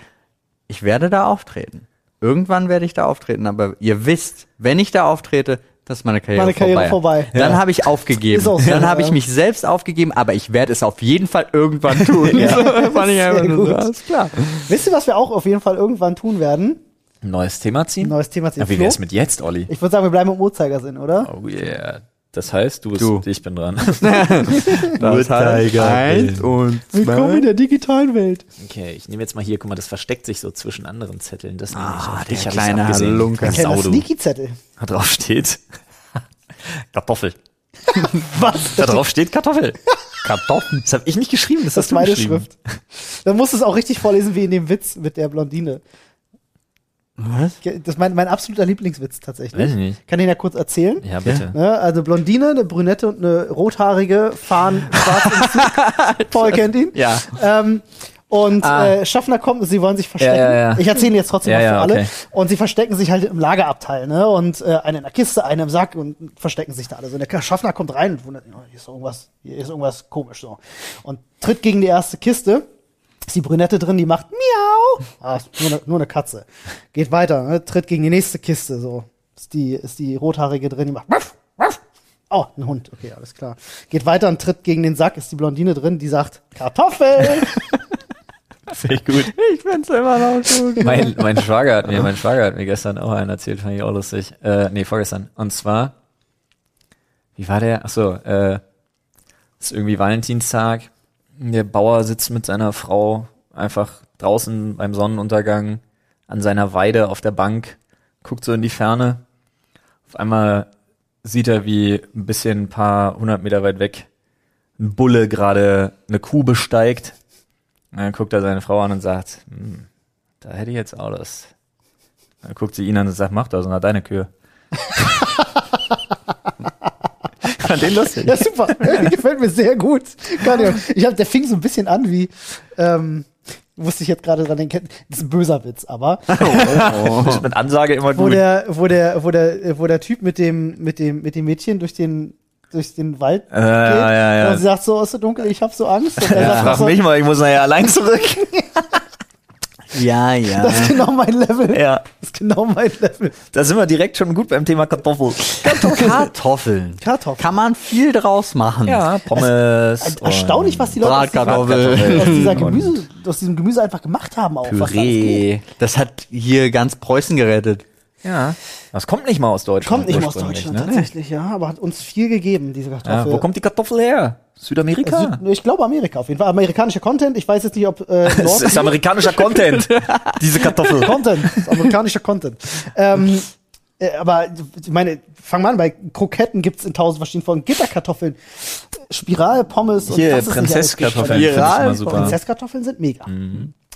ich werde da auftreten. Irgendwann werde ich da auftreten, aber ihr wisst, wenn ich da auftrete, das ist meine Karriere, Meine Karriere vorbei. Dann Ja. habe ich aufgegeben. Ist auch so, dann habe ja. ich mich selbst aufgegeben, aber ich werde es auf jeden Fall irgendwann tun. So, fand ich einfach Sehr nur so, gut. alles klar. Wisst ihr, was wir auch auf jeden Fall irgendwann tun werden? Neues Thema ziehen? Ein neues Thema ziehen. Ja, wie Flo? wär's mit jetzt, Olli? Ich würde sagen, wir bleiben im Uhrzeigersinn, oder? Oh yeah. Das heißt, du bist, Du. ich bin dran. Das heißt, halt eins und Willkommen in der digitalen Welt. Okay, ich nehme jetzt mal hier, guck mal, das versteckt sich so zwischen anderen Zetteln. Das nehme ich. Ah, Auf der dich hab ich's kleine abgesehen. Halunke. Du Kleiner Sau, du. Sneaky-Zettel. Da drauf steht Kartoffel. Was? Da drauf steht Kartoffel. Kartoffeln. Das habe ich nicht geschrieben, das, hast Das ist du meine geschrieben. Schrift. Dann musst du es auch richtig vorlesen, wie in dem Witz mit der Blondine. Was? Das ist mein, mein absoluter Lieblingswitz tatsächlich. Weiß ich nicht. Kann den ja kurz erzählen. Ja, bitte. Ne, also Blondine, eine Brünette und eine Rothaarige fahren schwarz im Zug. Paul kennt ihn. Ja. Ähm, und Ah. äh, Schaffner kommt und sie wollen sich verstecken. Ja, ja, ja. Ich erzähle jetzt trotzdem Ja, mal ja, für alle. okay. Und sie verstecken sich halt im Lagerabteil, ne? Und äh, eine in der Kiste, eine im Sack und verstecken sich da alle. So und der Schaffner kommt rein und wundert, oh, hier ist irgendwas, hier ist irgendwas komisch so. Und tritt gegen die erste Kiste. Ist die Brünette drin, die macht Miau. Ah, ist nur, eine, nur eine Katze. Geht weiter, ne? tritt gegen die nächste Kiste. So ist die ist die rothaarige drin, die macht Wuff, Wuff. Oh, ein Hund. Okay, alles klar. Geht weiter und tritt gegen den Sack. Ist die Blondine drin, die sagt Kartoffel. Finde ich gut. Ich find's immer noch gut. Mein, mein Schwager hat mir, mein Schwager hat mir gestern auch einen erzählt, fand ich auch lustig. Äh, nee, vorgestern. Und zwar, wie war der? Ach so, äh, ist irgendwie Valentinstag. Der Bauer sitzt mit seiner Frau einfach draußen beim Sonnenuntergang an seiner Weide auf der Bank, guckt so in die Ferne. Auf einmal sieht er, wie ein bisschen ein paar hundert Meter weit weg ein Bulle gerade eine Kuh besteigt. Und dann guckt er seine Frau an und sagt, hm, da hätte ich jetzt auch das. Dann guckt sie ihn an und sagt, mach das, und hat deine Kühe. Fand den lustig. Ja, super. Gefällt mir sehr gut. Keine Ahnung. Ich hab, der fing so ein bisschen an wie, ähm, wusste ich jetzt gerade dran den Ketten. Das ist ein böser Witz, aber Das ist mit Ansage immer wo gut. der, wo der, wo der, wo der Typ mit dem, mit dem, mit dem Mädchen durch den, durch den Wald geht Ah, ja, ja, ja. und sie sagt so, es ist so dunkel, ich hab so Angst. Und er Ja, sagt noch frag so, mich mal, ich muss nachher allein zurück. Ja, ja. das ist genau mein Level. ja, Das ist genau mein Level. da sind wir direkt schon gut beim Thema Kartoffel. Kartoffeln. Kartoffeln. Kann man viel draus machen. Pommes. Erstaunlich, was die Leute aus, diesem- Bratkartoffeln. aus, dieser Gemüse, aus diesem Gemüse einfach gemacht haben. Auch, was alles Püree. geht. Das hat hier ganz Preußen gerettet. Ja. Das kommt nicht mal aus Deutschland. Kommt nicht mal aus ursprünglich, Deutschland, ne? tatsächlich, ja, aber hat uns viel gegeben, diese Ja, Kartoffel. wo kommt die Kartoffel her? Südamerika? Süd, ich glaube Amerika auf jeden Fall. Amerikanischer Content. Ich weiß jetzt nicht, ob äh, Das ist Nord amerikanischer Content, diese Kartoffel. Content. Das ist amerikanischer Content. Ähm, äh, aber ich meine, fang mal an, bei Kroketten gibt's in tausend verschiedenen Formen. Gitterkartoffeln, Spiralpommes Hier, was es nicht alles Prinzesskartoffeln gibt. find ich immer Spiral- super. Prinzesskartoffeln sind mega.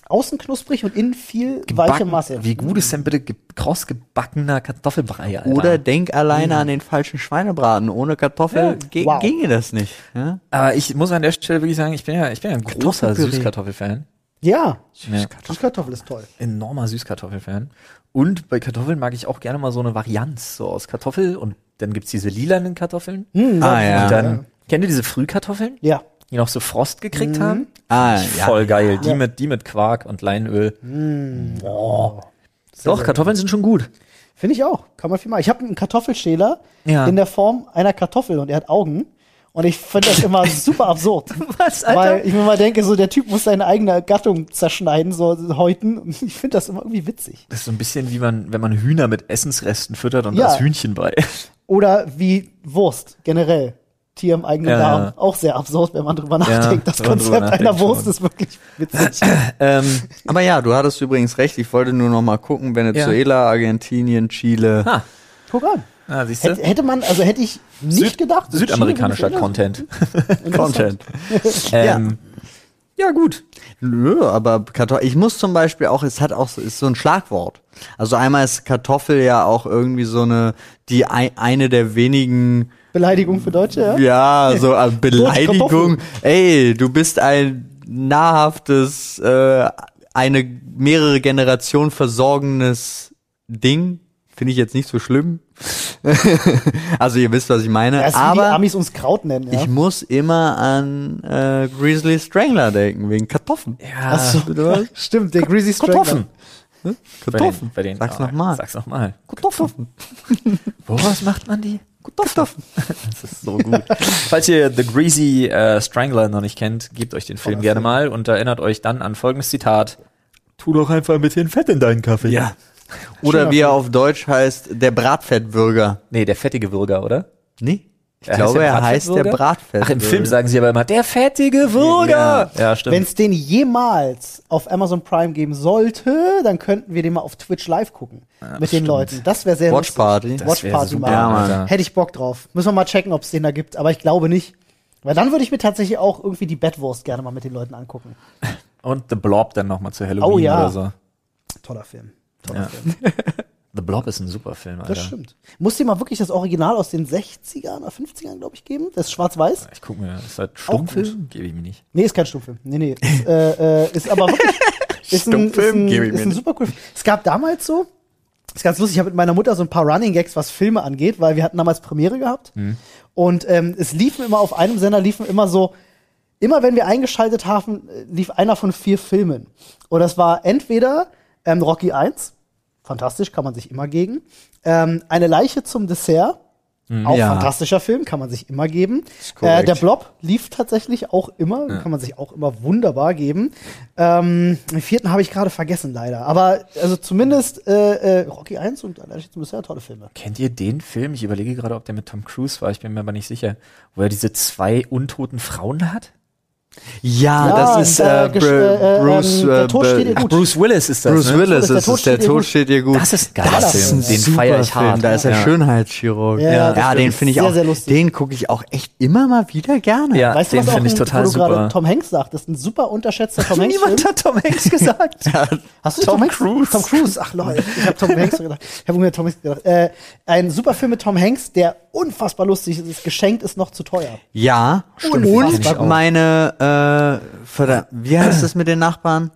Außen knusprig und innen viel weiche Backen. Masse. Wie gut ist denn bitte ge kross gebackener Kartoffelbrei, Alter? Oder denk alleine an den falschen Schweinebraten. Ohne Kartoffel Ja, ge- wow. ginge das nicht. Ja? Aber Äh, ich muss an der Stelle wirklich sagen, ich bin ja, ich bin ja ein großer Kartoffelpüree. Süßkartoffelfan. Ja, Ja. Süßkartoffel ist toll. Enormer Süßkartoffelfan. Und bei Kartoffeln mag ich auch gerne mal so eine Varianz, so aus Kartoffel und dann gibt's diese lilanen Kartoffeln. Ah, ja. Und dann, kennt ihr diese Frühkartoffeln, Ja. die noch so Frost gekriegt haben? Äh, Ah, ja. Voll geil. Die, mit, die mit Quark und Leinöl. Boah. Doch, Kartoffeln sind schon gut. Finde ich auch. Kann man viel machen. Ich habe einen Kartoffelschäler Ja. in der Form einer Kartoffel und er hat Augen. Und ich finde das immer super absurd. Was, Weil ich mir mal denke, so der Typ muss seine eigene Gattung zerschneiden, so häuten. Und ich finde das immer irgendwie witzig. Das ist so ein bisschen wie man, wenn man Hühner mit Essensresten füttert und Ja. das Hühnchen bei. Oder wie Wurst generell. Tier im eigenen Ja, Darm. ja. Auch sehr absurd, wenn man drüber nachdenkt. Das wenn man drüber Konzept einer nachdenkt, Wurst schon. ist wirklich witzig. ähm, Aber ja, du hattest übrigens recht. Ich wollte nur noch mal gucken, Venezuela, Argentinien, Chile. ah, Guck an. ah, siehst Hätte, hätte man, also hätte ich nicht Süd- gedacht. Südamerikanischer Chile- Content. Interessant. ähm, ja. gut. Nö, aber Kartoffel, ich muss zum Beispiel auch, es hat auch, so- ist so ein Schlagwort. Also einmal ist Kartoffel ja auch irgendwie so eine, die ei- eine der wenigen, Beleidigung für Deutsche, ja? ja, so äh, Beleidigung. Kartoffel. Ey, du bist ein nahrhaftes, äh, eine mehrere Generationen versorgendes Ding. Finde ich jetzt nicht so schlimm. also ihr wisst, was ich meine. Das ist wie die aber Amis uns Kraut nennen, ja. ich muss immer an äh, Grizzly Strangler denken, wegen Kartoffeln. Ja. Bitte was? Stimmt, der Greasy Strangler. Kartoffeln. Kartoffeln. Bei den, oh, bei den, Sag's nochmal. Sag's nochmal. Kartoffeln. Woraus macht man die? Kartoffeln. Das ist so gut. Falls ihr The Greasy äh, Strangler noch nicht kennt, gebt euch den Film gerne mal und erinnert euch dann an folgendes Zitat. Tu doch einfach ein bisschen Fett in deinen Kaffee. Ja. Oder wie er auf Deutsch heißt, der Bratfettbürger. Nee, der fettige Würger, oder? Nee? Ich Heißt glaube, der er heißt der Bratfettbürger? Bratfettbürger. Ach, im Film sagen sie aber immer, der fettige Würger. Äh, Ja, stimmt. Wenn es den jemals auf Amazon Prime geben sollte, dann könnten wir den mal auf Twitch live gucken mit den Leuten. Das wäre sehr Watch Party. Watch Das wär Party super, machen. Alter. Hätte ich Bock drauf. Müssen wir mal checken, ob es den da gibt, aber ich glaube nicht. Weil dann würde ich mir tatsächlich auch irgendwie die Bettwurst gerne mal mit den Leuten angucken. Und The Blob dann nochmal zu Halloween Oh ja. oder so. Toller Film. Toller Ja. Film. The Blob ist ein super Film, Alter. Das stimmt. Muss dir mal wirklich das Original aus den 60ern oder 50ern, glaube ich, geben? Das ist schwarz-weiß? Ich guck mir, ist das Stummfilm? Gebe ich mir nicht. Nee, ist kein Stummfilm. Nee, nee. Ist, äh, äh, ist aber wirklich. Ist ein, ist Stummfilm ein, gebe ich ist mir ein nicht. super cool. Es gab damals so, ist ganz lustig, ich habe mit meiner Mutter so ein paar Running Gags, was Filme angeht, weil wir hatten damals Premiere gehabt. Mhm. Und ähm, es liefen immer auf einem Sender, liefen immer so, immer wenn wir eingeschaltet haben, äh, lief einer von vier Filmen. Und das war entweder ähm, Rocky 1, fantastisch, kann man sich immer gegen, ähm, eine Leiche zum Dessert Auch Mhm. Ja. fantastischer Film, kann man sich immer geben. Ist korrekt. Äh, der Blob lief tatsächlich auch immer, kann man sich auch immer wunderbar geben. Ähm, den vierten habe ich gerade vergessen, leider. Aber also zumindest äh, äh, Rocky 1 und Anarchist bisher tolle Filme. Kennt ihr den Film? Ich überlege gerade, ob der mit Tom Cruise war. Ich bin mir aber nicht sicher. Wo er diese zwei untoten Frauen hat? Ja, Ja, das ist und, äh, äh, gesch- äh, Bru- ähm, Bruce, der äh, Tod steht Bru- ihr Ach, Gut. Bruce Willis ist das. Bruce ne? Willis Der ist Tod es, der steht ihr Tod gut. steht ihr gut. Das ist ein geiler Das Film. ist ein Den feiere ich Super Film, hart. Da ist er ja. Schönheitschirurg. Ja, Ja, das stimmt. den finde ich Sehr, auch. sehr lustig. Den gucke ich auch echt immer mal wieder gerne. Ja, Weißt den du, was auch finde ich ein- total wo du gerade super. Tom Hanks sagt, das ist ein super unterschätzter Tom Hanks. Film. hat Tom Hanks gesagt. Hast du Tom, Hanks? Cruise. Tom Cruise. Ach lol, ich habe Tom Hanks gedacht. Ich habe mir Tom Hanks gedacht. Äh, ein super Film mit Tom Hanks, der unfassbar lustig ist. Das Geschenkt ist noch zu teuer. Ja, Stimmt, und unfassbar. meine, äh, verdammt, wie heißt das mit den Nachbarn?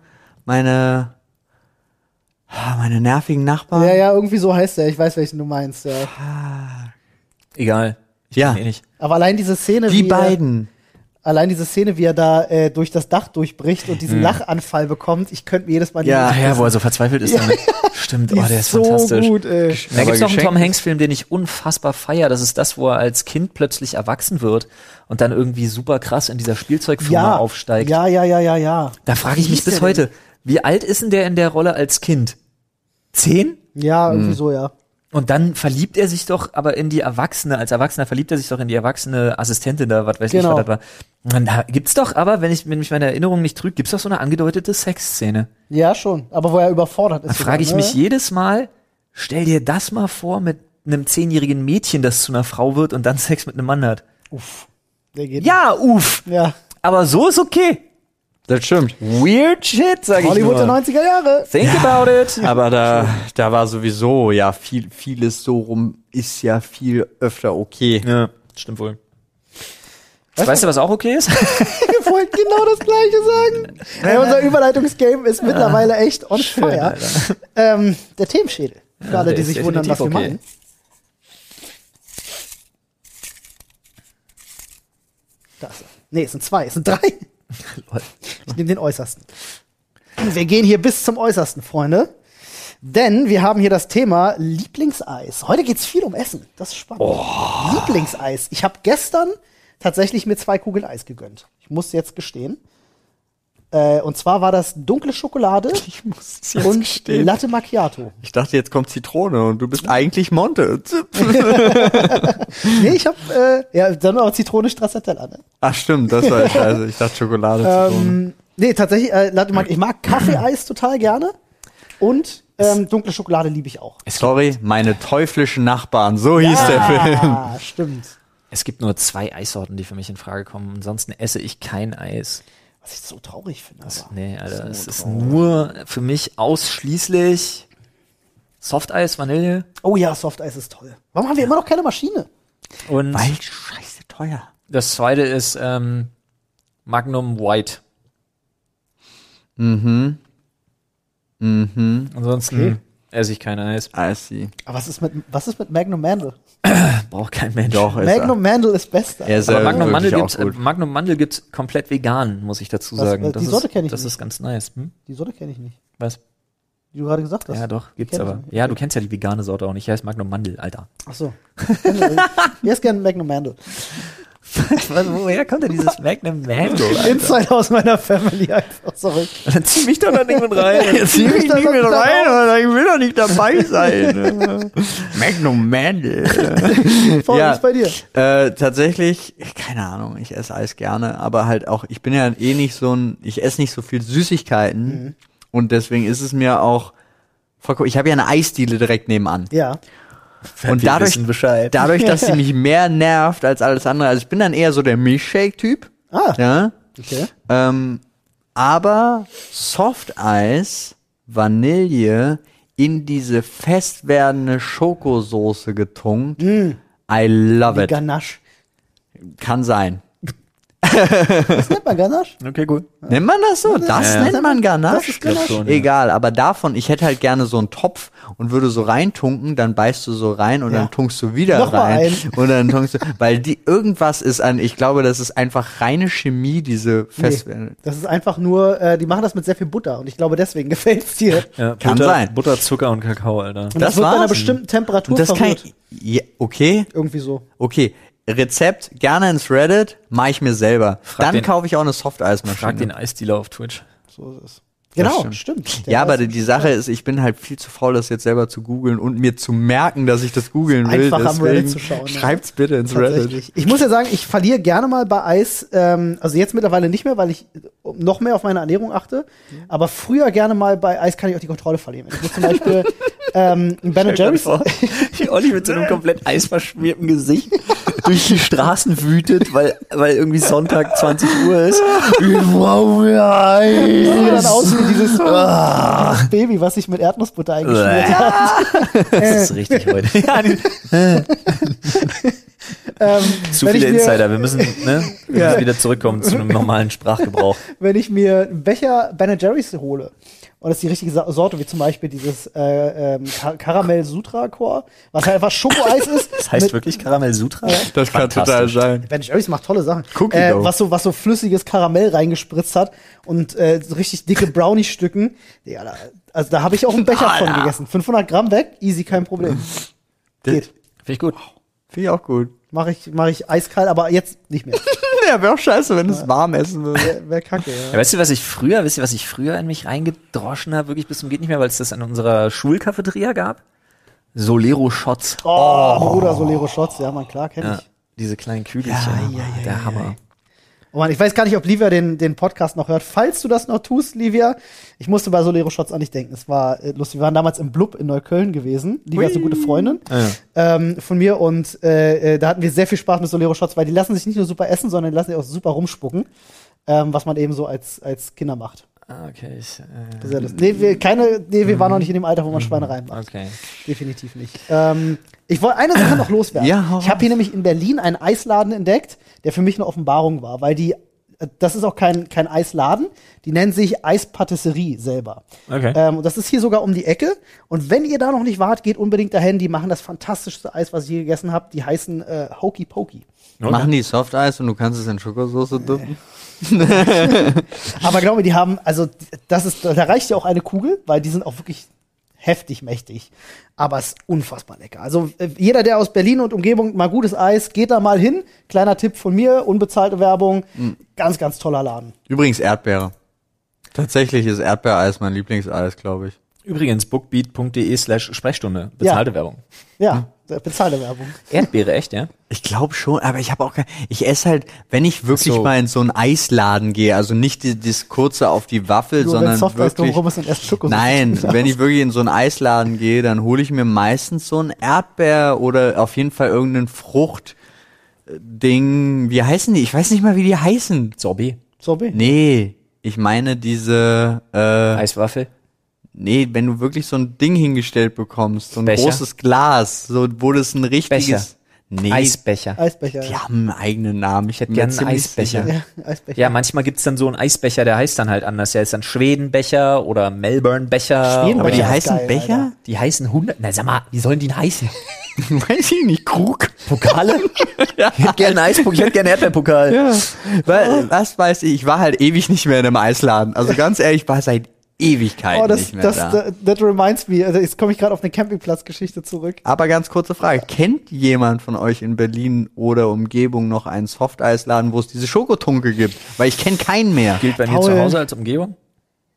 Meine, ah, meine nervigen Nachbarn. Ja, ja, irgendwie so heißt er. Ich weiß, welchen du meinst. Ja. Egal. Ich Ja. bin eh nicht. Aber allein diese Szene, Die wie äh, beiden. Er, allein diese Szene, wie er da äh, durch das Dach durchbricht und diesen Lachanfall bekommt, ich könnte mir jedes Mal Ja. Ah, die, Hm. ja, wo er so verzweifelt ist. damit. Stimmt, die oh, der ist so fantastisch. gut. Ey. Da gibt Aber es noch einen geschenkt Tom Hanks-Film, den ich unfassbar feier. Das ist das, wo er als Kind plötzlich erwachsen wird und dann irgendwie super krass in dieser Spielzeugfirma Ja, aufsteigt. ja, ja, ja, ja, ja. Da frage Wie ich mich hieß bis der heute, wie alt ist denn der in der Rolle als Kind? Zehn? Ja, irgendwie Hm. so, ja. Und dann verliebt er sich doch aber in die Erwachsene, als Erwachsener verliebt er sich doch in die erwachsene Assistentin da, was weiß Genau. ich, was das war. Und da gibt's doch aber, wenn ich wenn mich meine Erinnerung nicht trügt, gibt's doch so eine angedeutete Sexszene. Ja, schon. Aber wo er überfordert ist. Dann frage ich sogar, ne? mich jedes Mal, stell dir das mal vor mit einem zehnjährigen Mädchen, das zu einer Frau wird und dann Sex mit einem Mann hat. Uff. Der geht. Ja, uff. Ja. Aber so ist okay. Das stimmt. Weird shit, sag Hollywood ich der nur. 90er Jahre. Think about it. Aber da, da war sowieso, ja, viel, vieles so rum ist ja viel öfter okay. Ja, stimmt wohl. Weißt du, was auch okay ist? Ich wollte genau das gleiche sagen. Ey, unser Überleitungsgame ist mittlerweile echt on fire. Ähm, der Themenschädel. Für der alle, die ist sich wundern, was wir definitiv okay. machen. Das. Nee, es sind zwei, es sind drei. Ich nehme den äußersten. Wir gehen hier bis zum äußersten, Freunde. Denn wir haben hier das Thema Lieblingseis. Heute geht's viel um Essen. Das ist spannend. Lieblingseis. Ich habe gestern tatsächlich mir zwei Kugeln Eis gegönnt. Ich muss jetzt gestehen. Äh, und zwar war das dunkle Schokolade Ich muss es und Latte Macchiato. Ich dachte, jetzt kommt Zitrone und du bist eigentlich Monte. Nee, ich habe äh, ja dann aber Zitrone Stracciatella. Ne? Ach stimmt, das war scheiße. Ich dachte Schokolade, Zitrone. Ähm, nee, tatsächlich, äh, Latte Mac ich mag Kaffeeeis total gerne und ähm, dunkle Schokolade liebe ich auch. Sorry, meine teuflischen Nachbarn. So hieß der Film. Ah, stimmt. Es gibt nur zwei Eissorten, die für mich in Frage kommen. Ansonsten esse ich kein Eis. Was ich so traurig finde. Aber. Nee, Alter, es ist nur für mich ausschließlich Softeis, Vanille Oh ja, Softeis ist toll. Warum haben wir immer noch keine Maschine? und scheiße teuer. das zweite ist ähm, Magnum White. Mhm. Mhm. Ansonsten esse ich kein Eis. Ah, I see. Aber was ist mit, was ist mit Magnum Mandel? Braucht kein Mensch. Doch, ist Magnum Mandel ist besser. er. Er ist Aber äh, Magnum Mandel, wirklich gibt's, auch äh, gut. Magnum Mandel gibt's komplett vegan, muss ich dazu Das- sagen. äh, die das Sorte ist, kenn ich Das nicht. ist ganz nice. Hm? Die Sorte kenne ich nicht, Was? die du gerade gesagt hast. Ja, doch, gibt's Kenn ich aber. nicht. Ja, du kennst ja die vegane Sorte auch nicht. Ich heißt Magnum Mandel, Alter. Ach so. Mir ist gerne Magnum Mandel. Woher kommt denn dieses Magnum Mandel? Inside aus meiner Family einfach sorry. Dann zieh mich doch da irgendwann rein. Jetzt zieh mich Ich dachte, nicht mit das rein, war- Alter, ich will doch nicht dabei sein. Magnum Mandel. Voll Ja. ist bei dir. Äh, tatsächlich, keine Ahnung, ich esse Eis gerne, aber halt auch, ich bin ja eh nicht so ein, ich esse nicht so viel Süßigkeiten und deswegen ist es mir auch, vollkommen- ich habe ja eine Eisdiele direkt nebenan. Ja. Und Wir dadurch, wissen Bescheid. dadurch, dass sie mich mehr nervt als alles andere, also ich bin dann eher so der Milchshake-Typ. Ah. Ja. Okay. Ähm, aber Softeis, Vanille in diese fest werdende Schokosoße Hm. getunkt. I love Die it. Ganache. Kann sein. Das nennt man Ganache. Okay, gut. Nennt man das so? Das Ja. nennt man Ganache. Das ist genau Ganache. schon, ja. Egal, aber davon, ich hätte halt gerne so einen Topf und würde so reintunken, dann beißt du so rein und Ja. dann tunkst du wieder Noch mal rein. ein. Und dann tunkst du, weil die irgendwas ist an, ich glaube, das ist einfach reine Chemie, diese Fest. Nee, das ist einfach nur, äh, die machen das mit sehr viel Butter und ich glaube, deswegen gefällt's dir. Ja, Kann Butter, sein. Butter, Zucker und Kakao, Alter. Und Das das, wird bei einer war's? bestimmten Temperatur Und das kann verrührt. ich, ja, okay, Irgendwie so. okay. Rezept gerne ins Reddit, mache ich mir selber. Frag dann den- kaufe ich auch eine Frag Softeismaschine. den Eisdealer auf Twitch. so ist es. Genau, stimmt. stimmt. Der Ja, aber weiß- die, die Sache ist, ich bin halt viel zu faul, das jetzt selber zu googeln und mir zu merken, dass ich das googeln will. Einfach am Reddit Deswegen zu schauen, ja. Schreibt's bitte ins Reddit. Tatsächlich. Ich muss ja sagen, ich verliere gerne mal bei Eis, ähm, also jetzt mittlerweile nicht mehr, weil ich äh, noch mehr auf meine Ernährung achte, aber früher gerne mal bei Eis kann ich auch die Kontrolle verlieren. Ich muss zum Beispiel ähm, ein Ben Jerry's, Oh, Olli mit so einem komplett eisverschmierten Gesicht durch die Straßen wütet, weil, weil irgendwie Sonntag 20 Uhr ist. Ich brauche mir sieht dann Eis. aus wie dieses Ah. Baby, was sich mit Erdnussbutter eingeschmiert hat. Das ist richtig heute. Ähm, Zu wenn viele ich mir- Insider. Wir müssen, ne, wir müssen wieder zurückkommen zu einem normalen Sprachgebrauch. wenn ich mir einen Becher Ben Jerry's hole und das ist die richtige Sa- Sorte, wie zum Beispiel dieses äh, ähm, Ka- Karamell Sutra Core, was halt einfach Schokoeis ist. Das heißt wirklich Karamell Sutra? Das kann total sein. Ben Jerry's macht tolle Sachen. Cookie äh, Dough. was so was so flüssiges Karamell reingespritzt hat und äh, so richtig dicke Brownie Stücken. Ja, da, also da habe ich auch einen Becher von Alter. gegessen. 500 Gramm weg, easy, kein Problem. Geht. Finde ich gut. Finde ich auch gut. Mache ich mache ich eiskalt, aber jetzt nicht mehr. Ja, wäre auch scheiße, wenn es warm essen würde. Wär, wär kacke. Ja. Ja, weißt du, was ich früher, wisst ihr, was ich früher in mich reingedroschen habe, wirklich bis zum geht nicht mehr, weil es das an unserer Schulcafeteria gab? Solero Shots. Oh, Bruder Solero Shots, ja, man klar, kenne Ja, ich. diese kleinen Kügelchen. Ah, der Hammer. Oh Mann, ich weiß gar nicht, ob Livia den, den Podcast noch hört. Falls du das noch tust, Livia, ich musste bei Solero Shots an dich denken. Es war äh, lustig. Wir waren damals im Blub in Neukölln gewesen. Livia ist eine gute Freundin ähm, von mir und äh, äh, da hatten wir sehr viel Spaß mit Solero Shots, weil die lassen sich nicht nur super essen, sondern die lassen sich auch super rumspucken, ähm, was man eben so als, als Kinder macht. Ah, Okay, ich, äh, Sehr lustig. Nee, wir, keine, nee, wir waren noch nicht in dem Alter, wo man Schweine reinmacht. okay. Definitiv nicht. Ähm, ich wollte eine Sache noch loswerden. Ja, hau ich habe hier nämlich in Berlin einen Eisladen entdeckt, der für mich eine Offenbarung war, weil die, äh, das ist auch kein, kein Eisladen, die nennen sich Eispatisserie selber. Okay. Ähm, und das ist hier sogar um die Ecke. Und wenn ihr da noch nicht wart, geht unbedingt dahin. Die machen das fantastischste Eis, was ich je gegessen habe. Die heißen äh, Hokey Pokey. Machen die Softeis und du kannst es in Schokosauce dippen? Aber glaube, die haben, also das ist, da reicht ja auch eine Kugel, weil die sind auch wirklich heftig mächtig. Aber es ist unfassbar lecker. Also äh, jeder, der aus Berlin und Umgebung mal gutes Eis, geht da mal hin. Kleiner Tipp von mir, unbezahlte Werbung. Hm. Ganz, ganz toller Laden. Übrigens Erdbeere. Tatsächlich ist Erdbeereis mein Lieblingseis, glaube ich. Übrigens, bookbeat.de slash Sprechstunde. Bezahlte Werbung. Hm. Ja, äh, bezahlte Werbung. Erdbeere, echt, ja? Ich glaube schon, aber ich habe auch kein, ich esse halt, wenn ich wirklich So. mal in so einen Eisladen gehe, also nicht die- das kurze auf die Waffel, Nur wenn sondern Softeis wirklich drumherum ist und erst Schoko. Nein, wenn ich wirklich in so einen Eisladen gehe, dann hole ich mir meistens so ein Erdbeer oder auf jeden Fall irgendein Fruchtding. Wie heißen die? Ich weiß nicht mal, wie die heißen. Sorbet. Sorbet. Nee, ich meine diese, äh, Eiswaffel. nee, wenn du wirklich so ein Ding hingestellt bekommst, so ein Becher? großes Glas, so, wo das ein richtiges, E. nee, Eisbecher. Eisbecher. die haben einen eigenen Namen. Ich hätte bin gern mir einen ziemlich Eisbecher. sicher. Ja, Eisbecher. Ja, manchmal gibt's dann so einen Eisbecher, der heißt dann halt anders. Der ist dann Schwedenbecher oder Melbournebecher. Schwedenbecher. oder Aber die Becher ist heißen geil, Becher? Die heißen 100. Na, sag mal, wie sollen die denn heißen? Weiß ich nicht, Krug. Pokale? Ich hätte gerne einen Eispokal, ich hätte gerne einen Erdbeerpokal. Ja. Äh. Weil, was weiß ich, ich war halt ewig nicht mehr in einem Eisladen. Also ganz ehrlich, ich war seit Ewigkeiten Oh, das, nicht mehr das, da. that, that reminds me. Also jetzt komme ich gerade auf eine Campingplatzgeschichte zurück. Aber ganz kurze Frage, kennt jemand von euch in Berlin oder Umgebung noch einen Softeisladen, wo es diese Schokotunke gibt? Weil ich kenne keinen mehr. Gilt bei mir Paul. zu Hause als Umgebung?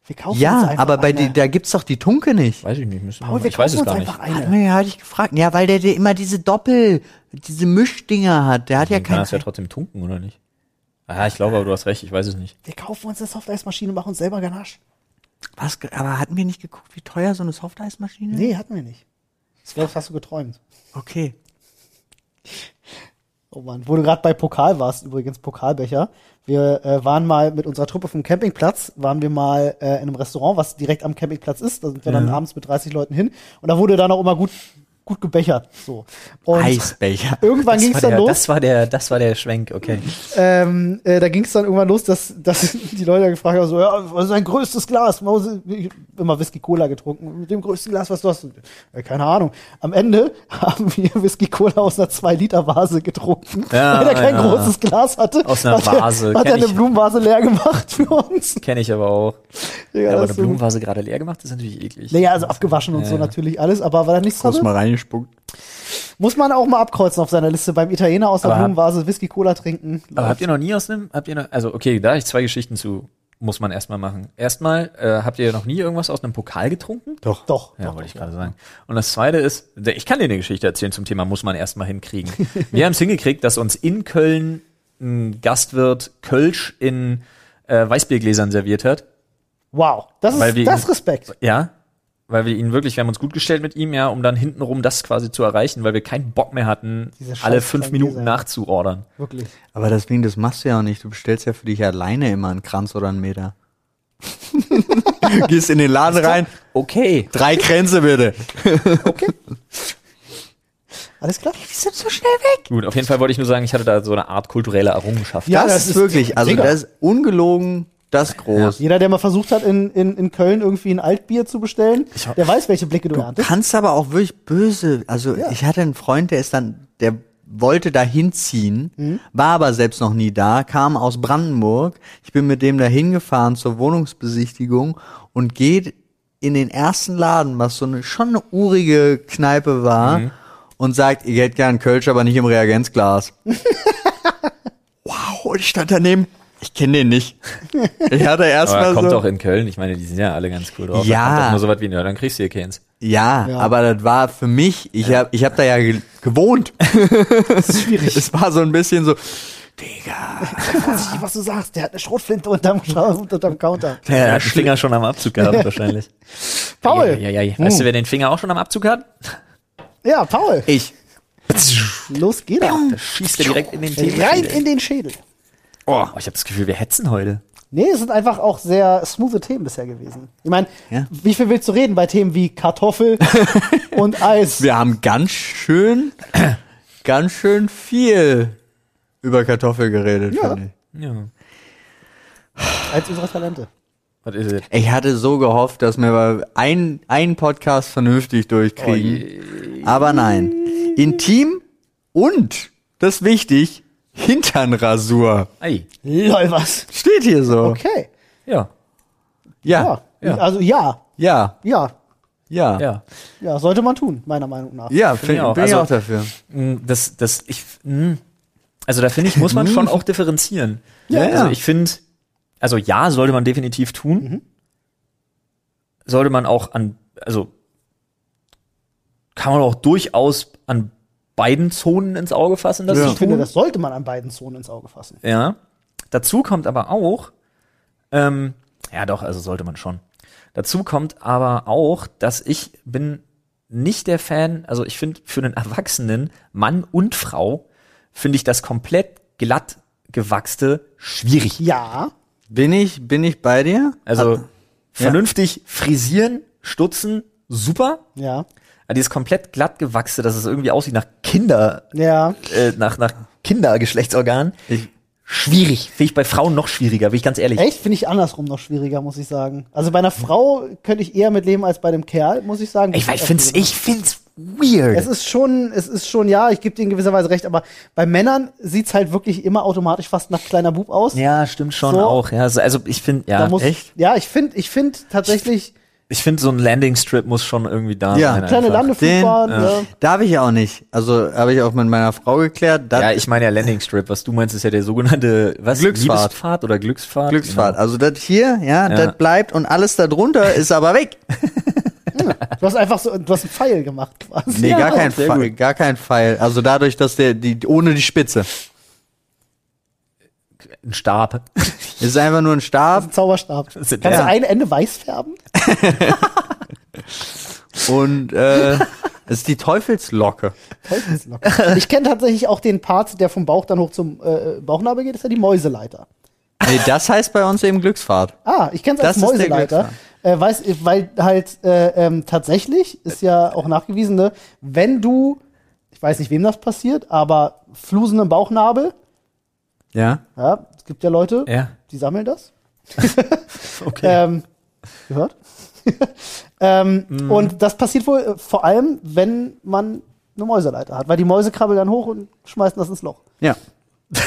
Wir kaufen uns Ja, einfach aber bei eine. die, da gibt's doch die Tunke nicht. Weiß ich nicht. Müssen wir Paul, mal- wir Ich weiß kaufen es uns gar einfach nicht. eine. Mir hatte ich gefragt. Ja, weil der, der immer diese Doppel, diese Mischdinger hat. Der hat ja Man kann keinen. das ja trotzdem tunken, oder nicht? Ah, ich glaube, aber du hast recht, ich weiß es nicht. Wir kaufen uns eine Softeismaschine und machen uns selber Ganache. Was, ge- aber hatten wir nicht geguckt, wie teuer so eine Softeismaschine? ist? Nee, hatten wir nicht. Das wär- das hast du geträumt. Okay. Oh Mann, wo du gerade bei Pokal warst, übrigens Pokalbecher. Wir äh, waren mal mit unserer Truppe vom Campingplatz, waren wir mal äh, in einem Restaurant, was direkt am Campingplatz ist. Da sind wir dann abends mit 30 Leuten hin. Und da wurde dann auch immer gut gut gebechert. So. Und Eisbecher. irgendwann Das ging es dann war der, los. Das war der, das war der Schwenk, okay. ähm, äh, da ging es dann irgendwann los, dass, dass die Leute gefragt haben, so, ja, was ist dein größtes Glas? Mause, immer Whisky Cola getrunken. Mit dem größten Glas, was du hast? Äh, keine Ahnung. Am Ende haben wir Whisky Cola aus einer 2-Liter-Vase getrunken, Ja, weil er kein ja. großes Glas hatte. Aus einer hat er- Vase, Hat er kenn eine ich. Blumenvase leer gemacht für uns. Kenne ich aber auch. Digga, Ja, aber das eine ist so- Blumenvase gerade leer gemacht, ist natürlich eklig. Naja, also abgewaschen und so natürlich alles, aber war da nichts Kurz drin? mal reingespuckt. Muss man auch mal abkreuzen auf seiner Liste. Beim Italiener aus der Aber hab- Blumenvase Whisky Cola trinken. Aber Habt ihr noch nie aus einem, habt ihr noch, also okay, da habe ich zwei Geschichten zu, muss man erstmal machen. Erstmal, äh, habt ihr noch nie irgendwas aus einem Pokal getrunken? Doch. Doch. Ja, wollte ich gerade sagen. Und das zweite ist, ich kann dir eine Geschichte erzählen zum Thema, muss man erstmal hinkriegen. Wir haben es hingekriegt, dass uns in Köln ein Gastwirt Kölsch in äh, Weißbiergläsern serviert hat. Wow. Das Weil wir- ist das ist Respekt. Ja. Weil wir ihn wirklich, wir haben uns gut gestellt mit ihm, ja, um dann hintenrum das quasi zu erreichen, weil wir keinen Bock mehr hatten, Diese scheiß alle fünf Kleingläser, Minuten ja. nachzuordern. Wirklich. Aber deswegen, das machst du ja auch nicht. Du bestellst ja für dich alleine immer einen Kranz oder einen Meter. Gehst in den Laden rein. Okay. Drei Kränze bitte. Alles klar? Gut, auf jeden Fall wollte ich nur sagen, ich hatte da so eine Art kulturelle Errungenschaft. Ja, das, das ist ist- wirklich, also Digga. das ist ungelogen, das groß. Jeder, der mal versucht hat, in, in, in Köln irgendwie ein Altbier zu bestellen, der weiß, welche Blicke du, Du erntest. kannst aber auch wirklich böse, also Ja. ich hatte einen Freund, der ist dann, der wollte da hinziehen, war aber selbst noch nie da, kam aus Brandenburg. Ich bin mit dem da hingefahren zur Wohnungsbesichtigung und geht in den ersten Laden, was so eine, schon eine urige Kneipe war, Mhm. und sagt, ihr hättet gern Kölsch, aber nicht im Reagenzglas. wow, und ich stand daneben, ich kenne den nicht. Ich hatte Aber erstmal kommt so. doch in Köln, ich meine, die sind ja alle ganz cool drauf. Ja. Da kommt doch nur so was wie, ja, dann kriegst du hier keins. Ja, Ja. aber das war für mich, ich hab, ich hab da ja ge gewohnt. Das ist schwierig. Es war so ein bisschen so, Digga, Vorsichtig, was du sagst. Der hat eine Schrotflinte unterm, Schra- unterm Counter. Ja, äh, der hat den Finger schon am Abzug gehabt, wahrscheinlich. Paul! Ja, ja, ja. Weißt du, wer den Finger auch schon am Abzug hat? Ja, Paul. ich. Los geht er. Da schießt er direkt in den Tee. Rein in den Schädel. Oh, ich habe das Gefühl, wir hetzen heute. Nee, es sind einfach auch sehr smoothe Themen bisher gewesen. Ich meine, Ja. wie viel willst du reden bei Themen wie Kartoffel und Eis? Wir haben ganz schön, ganz schön viel über Kartoffel geredet, Ja. finde ich. Ja. Als unsere Talente. Was ist es? Ich hatte so gehofft, dass wir mal ein- einen Podcast vernünftig durchkriegen. aber nein. Intim und, das ist wichtig, Hinternrasur. Ei. Lol, was? Steht hier so. Okay. Ja. Ja. Ja, Ja. Also ja, ja, ja, ja, ja. Ja. ja, sollte man tun, meiner Meinung nach. Ja, ich find, auch. bin ich Also- auch dafür. Mm, Das, das, ich, mm. also da finde ich, muss man schon auch differenzieren. Ja, ja. Also ich finde, also ja, sollte man definitiv tun. Sollte man auch an, also kann man auch durchaus an beiden Zonen ins Auge fassen, dass Ja. sie Ich finde, tun. das sollte man an beiden Zonen ins Auge fassen. Ja. Dazu kommt aber auch, ähm, ja doch, also sollte man schon. Dazu kommt aber auch, dass ich bin nicht der Fan, also ich finde für einen Erwachsenen, Mann und Frau, finde ich das komplett glatt gewachste schwierig. Ja, Bin ich, bin ich bei dir? Also Ah, vernünftig frisieren, stutzen, super. ja, Aber dieses komplett glatt gewachste, dass es irgendwie aussieht nach Kinder, ja. äh, nach, nach Kindergeschlechtsorgan, Ich- schwierig. Finde ich bei Frauen noch schwieriger, bin ich ganz ehrlich. Echt finde ich andersrum noch schwieriger, muss ich sagen. Also bei einer Frau könnte ich eher mit leben als bei einem Kerl, muss ich sagen. Also, Ich, weiß, ich find's, ich find's weird. Es ist schon, es ist schon, ja, ich gebe dir in gewisser Weise recht, aber bei Männern sieht's halt wirklich immer automatisch fast nach kleiner Bub aus. ja, stimmt schon So. auch. Ja, also- also ich finde, da ja, muss, echt. Ja, ich finde, ich finde tatsächlich Ich finde, so ein Landing-Strip muss schon irgendwie da Ja, sein. kleine einfach. Landeflugbahn. Den- äh, Ja. Darf ich auch nicht. Also habe ich auch mit meiner Frau geklärt. Das Ja, ich meine ja Landing-Strip. Was du meinst, ist ja der sogenannte, was? Glücksfahrt. Liebesfahrt oder Glücksfahrt? Glücksfahrt. Also das hier, ja, das bleibt und alles darunter ist aber weg. Du hast einfach so, du hast einen Pfeil gemacht quasi. Nee, ja. gar kein sehr Pfeil, gar kein Pfeil. Also dadurch, dass der die ohne die Spitze Genau. Ein Stab. ist einfach nur ein Stab Zauberstab. Kannst sind- du ja. ein Ende weiß färben? und äh, ist die Teufelslocke. Teufelslocken. Ich kenne tatsächlich auch den Part, der vom Bauch dann hoch zum äh, Bauchnabel geht, ist ja die Mäuseleiter. Nee, das heißt bei uns eben Glücksfahrt. Ah, ich kenne es Das als ist der Mäuseleiter. Glücksfall. Äh, weiß, weil halt äh, ähm, tatsächlich ist ja auch nachgewiesen, ne, wenn du, ich weiß nicht, wem das passiert, aber Flusen im Bauchnabel, Ja? ja, es gibt ja Leute, Ja. die sammeln das. Okay. Ähm, gehört? ähm, Und das passiert wohl äh, vor allem, wenn man eine Mäuseleiter hat, weil die Mäuse krabbeln dann hoch und schmeißen das ins Loch. Ja.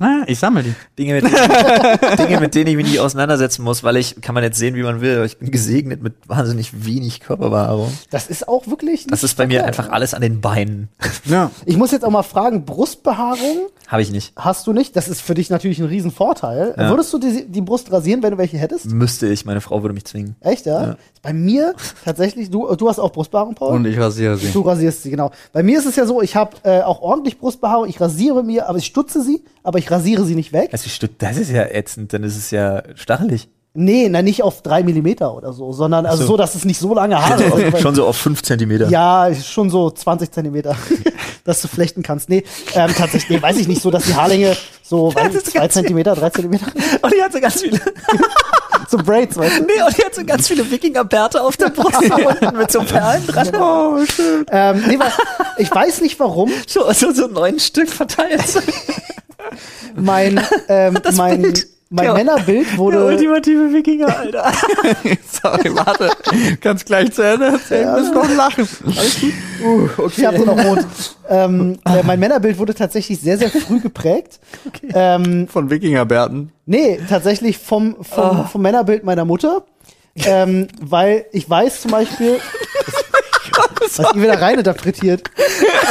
ah, ich sammle die. Dinge, mit denen, Dinge, mit denen ich mich nicht auseinandersetzen muss, weil ich, kann man jetzt sehen, wie man will, aber ich bin gesegnet mit wahnsinnig wenig Körperbehaarung. Das ist auch wirklich. Das nicht ist bei mir verkehrt. einfach alles an den Beinen. Ja. Ich muss jetzt auch mal fragen, Brustbehaarung Habe ich nicht. hast du nicht. Das ist für dich natürlich ein Riesenvorteil. Ja. Würdest du die, die Brust rasieren, wenn du welche hättest? Müsste ich, meine Frau würde mich zwingen. Echt, ja? Ja. Bei mir tatsächlich, du, du hast auch Brustbehaarung, Paul? Und ich rasiere sie. Du rasierst sie, genau. Bei mir ist es ja so, ich habe äh, auch ordentlich Brustbehaarung, ich rasiere mir, aber ich stutze sie, aber ich rasiere sie nicht weg. Also, stimmt, das ist ja ätzend, dann ist es ja stachelig. Nee, na, nicht auf drei Millimeter oder so, sondern also so. so. dass es nicht so lange Haare sind. Schon so auf fünf Zentimeter. Ja, schon so 20 Zentimeter, dass du flechten kannst. Nee, ähm, tatsächlich, nee, weiß ich nicht, so dass die Haarlänge so weiß ich, ist zwei ganz- Zentimeter, drei Zentimeter, Und die hat so ganz viele, so Braids, weißt du? nee, und die hat so ganz viele Wikingerbärte auf der Brust unten mit so Perlen dran. Oh, schön. Ähm, nee, weil, ich weiß nicht warum, So, so, so neun Stück verteilt. mein, ähm, mein, Bild. mein Der- Männerbild wurde, ultimative Wikinger, Alter. Sorry, warte. Kannst gleich zu Ende erzählen. Ja. Müssen noch lachen. ich hab nur noch rot, ähm, äh, mein Männerbild wurde tatsächlich sehr, sehr früh geprägt. Ähm, Von Wikingerbärten. Nee, tatsächlich vom, vom, vom Männerbild meiner Mutter. Ähm, weil ich weiß zum Beispiel, was ihr wieder rein interpretiert.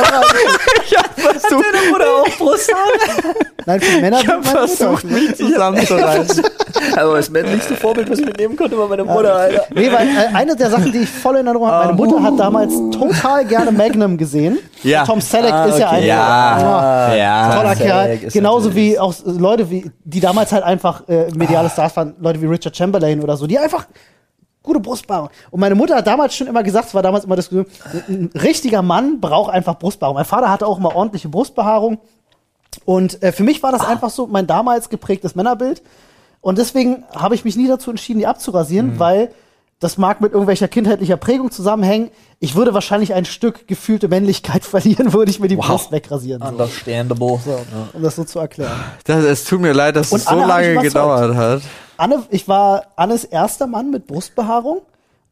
Was du Oder auch Brusthaare. Nein, vom Männerbild meiner versucht, Mutter. mich zusammenzureißen. Aber das männlichste Vorbild, was ich mitnehmen konnte, war meine Mutter, Alter. Nee, weil äh, eine der Sachen, die ich voll in Erinnerung habe, meine Mutter hat damals total gerne Magnum gesehen. Ja. Ah, Tom Selleck ist ja okay. ein Ja. Ja. toller Tom Kerl. Selleck ist Genauso natürlich- wie auch äh, Leute, wie, die damals halt einfach äh, mediale Stars waren, Leute wie Richard Chamberlain oder so, die einfach gute Brustbehaarung. Und meine Mutter hat damals schon immer gesagt, es war damals immer das Gefühl, ein ein richtiger Mann braucht einfach Brustbehaarung. Mein Vater hatte auch immer ordentliche Brustbehaarung. Und äh, für mich war das einfach so mein damals geprägtes Männerbild. Und deswegen habe ich mich nie dazu entschieden, die abzurasieren, Mhm. weil das mag mit irgendwelcher kindheitlicher Prägung zusammenhängen. Ich würde wahrscheinlich ein Stück gefühlte Männlichkeit verlieren, würde ich mir die Brust wegrasieren. So. Understandable. So, um das so zu erklären. Das, es tut mir leid, dass Und es so Anne hat mich lange überzeugt. gedauert hat. Anne, ich war Annes erster Mann mit Brustbehaarung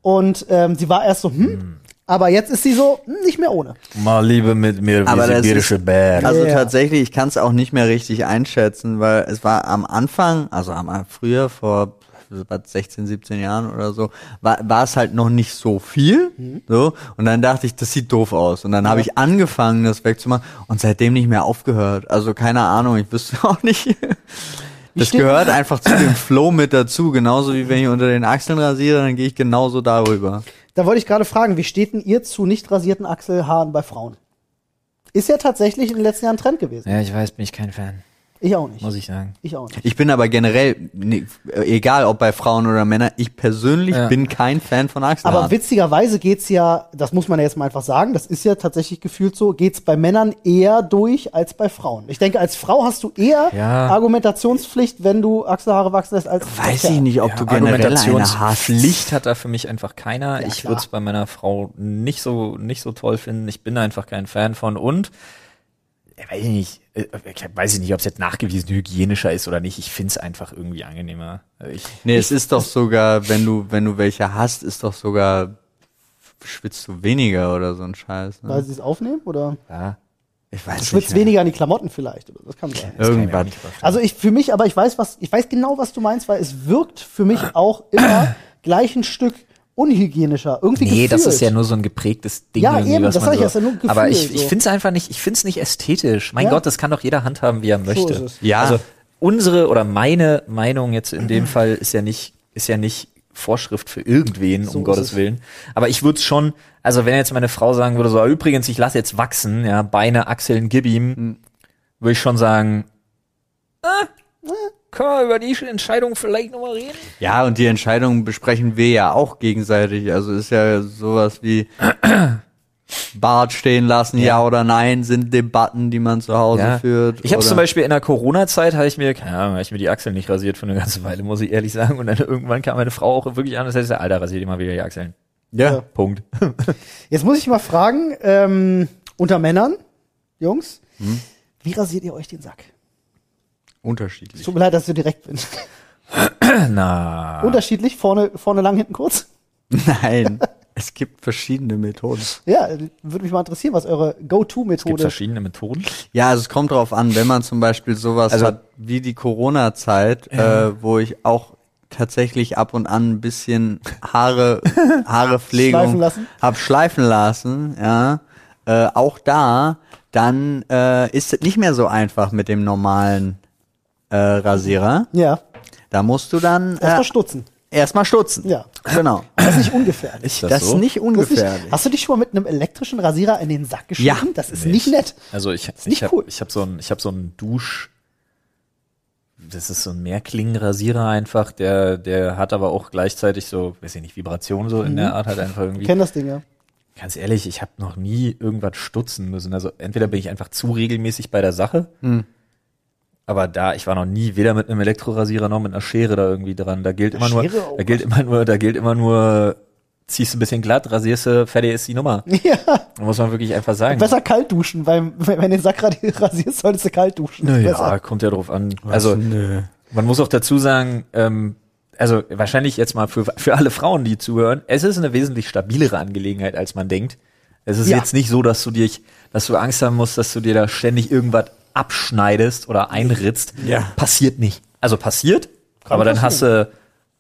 und ähm, sie war erst so, hm, aber jetzt ist sie so, hm, nicht mehr ohne. Mal Liebe mit mir Aber das sibirische ist- Bär. Also Ja. tatsächlich, ich kann es auch nicht mehr richtig einschätzen, weil es war am Anfang, also am früher vor was, 16, 17 Jahren oder so, war, war es halt noch nicht so viel. Mhm. So und dann dachte ich, das sieht doof aus und dann habe ich angefangen, das wegzumachen und seitdem nicht mehr aufgehört. Also keine Ahnung, ich wüsste auch nicht. Das steht- gehört einfach zu dem Flow mit dazu, genauso wie wenn ich unter den Achseln rasiere, dann gehe ich genauso darüber. Da wollte ich gerade fragen, wie steht denn ihr zu nicht rasierten Achselhaaren bei Frauen? Ist ja tatsächlich in den letzten Jahren Trend gewesen. Ja, ich weiß, bin ich kein Fan, Ich auch nicht. muss ich sagen. Ich auch nicht. Ich bin aber generell, nee, egal ob bei Frauen oder Männern, ich persönlich Ja. bin kein Fan von Achselhaaren. Aber witzigerweise geht's ja, das muss man ja jetzt mal einfach sagen, das ist ja tatsächlich gefühlt so, geht's bei Männern eher durch als bei Frauen. Ich denke, als Frau hast du eher Ja. Argumentationspflicht, wenn du Achselhaare wachsen lässt, als Weiß als ich Kerl. nicht, ob du generell eine hast. Argumentationspflicht hat da für mich einfach keiner. Ja, ich klar. würde es bei meiner Frau nicht so nicht so toll finden. Ich bin einfach kein Fan von und ich weiß nicht, äh, ich weiß nicht, ob es jetzt nachgewiesen hygienischer ist oder nicht. Ich finde es einfach irgendwie angenehmer. Also Ich, Nee, es ist doch sogar, wenn du, wenn du welche hast, ist doch sogar, schwitzt du weniger oder so ein Scheiß. Ne? Weil sie es aufnehmen oder? ja, ich weiß Du schwitzt nicht. weniger an die Klamotten vielleicht. Oder? so, Das kann sein. das kann ich mir auch Irgendwas. nicht vorstellen. Also ich für mich, aber ich weiß was, ich weiß genau, was du meinst, weil es wirkt für Ah. mich auch immer gleich ein Stück unhygienischer. Irgendwie Nee, das gefühlt. ist ja nur so ein geprägtes Ding. Ja, irgendwie, eben, was das man sag ich, so, das ist ja nur Gefühl, Aber ich, ich so. finde es einfach nicht, ich finde es nicht ästhetisch. Mein Ja. Gott, das kann doch jeder handhaben, wie er möchte. ist es. Ja. Also unsere oder meine Meinung jetzt in dem Fall ist ja nicht, ist ja nicht Vorschrift für irgendwen, um ist Gottes es. Willen. Aber ich würde schon, also wenn jetzt meine Frau sagen würde, so, übrigens, ich lasse jetzt wachsen, ja, Beine, Achseln, gib ihm, Hm. würde ich schon sagen, ah, können wir über die Entscheidung vielleicht nochmal reden? Ja, und die Entscheidungen besprechen wir ja auch gegenseitig. Also ist ja sowas wie, Bart stehen lassen, ja, oder nein, sind Debatten, die man zu Hause Ja. führt. Ich habe oder- zum Beispiel in der Corona-Zeit habe ich mir, keine Ahnung, habe ich mir die Achseln nicht rasiert für eine ganze Weile, muss ich ehrlich sagen. Und dann irgendwann kam meine Frau auch wirklich an und sagte, Alter, rasiert immer wieder die Achseln. Ja. Punkt. Jetzt muss ich mal fragen, ähm, unter Männern, Jungs, Hm. wie rasiert ihr euch den Sack? Unterschiedlich. Tut mir leid, dass du direkt bin. Na, Unterschiedlich, vorne, vorne lang, hinten kurz. Nein. es gibt verschiedene Methoden. Ja, würde mich mal interessieren, was eure es gibt Go-To-Methode ist. verschiedene Methoden. Ja, also es kommt drauf an, wenn man zum Beispiel sowas Also- hat wie die Corona-Zeit, äh, wo ich auch tatsächlich ab und an ein bisschen Haare, Haarepflegung Schleifen lassen? hab schleifen lassen, ja, äh, auch da, dann äh, ist es nicht mehr so einfach mit dem normalen äh, Rasierer. Ja, Da musst du dann erstmal äh, stutzen. erstmal stutzen. Ja. Genau. Das ist nicht Ist ungefährlich. Das ist nicht Das ist nicht, ungefährlich. hast du dich schon mal mit einem elektrischen Rasierer in den Sack geschnitten? Ja. Das ist nicht nett. Also ich, nicht ich habe cool. ich hab so ein ich hab so ein Dusch. Das ist so ein Mehrklingenrasierer einfach, der, der hat aber auch gleichzeitig so, weiß ich nicht, Vibration so in Mhm. der Art, hat einfach Ich irgendwie. kenne das Ding, ja. Ganz ehrlich, ich habe noch nie irgendwas stutzen müssen. Also entweder bin ich einfach zu regelmäßig bei der Sache, Hm. aber da, ich war noch nie weder mit einem Elektrorasierer noch mit einer Schere da irgendwie dran. Da gilt immer nur, Schere, oh da gilt immer nur, da gilt immer nur, ziehst du ein bisschen glatt, rasierst du, fertig ist die Nummer. Ja, Da muss man wirklich einfach sagen. besser kalt duschen, weil wenn wenn du den Sack radi- rasierst, solltest du kalt duschen. Das ist Naja, besser. kommt ja drauf an. Also äh? man muss auch dazu sagen, ähm, also wahrscheinlich jetzt mal für, für alle Frauen, die zuhören, es ist eine wesentlich stabilere Angelegenheit, als man denkt. Es ist Ja. jetzt nicht so, dass du dich, dass du Angst haben musst, dass du dir da ständig irgendwas abschneidest oder einritzt. Ja. Passiert nicht. Also passiert, aber dann hast du,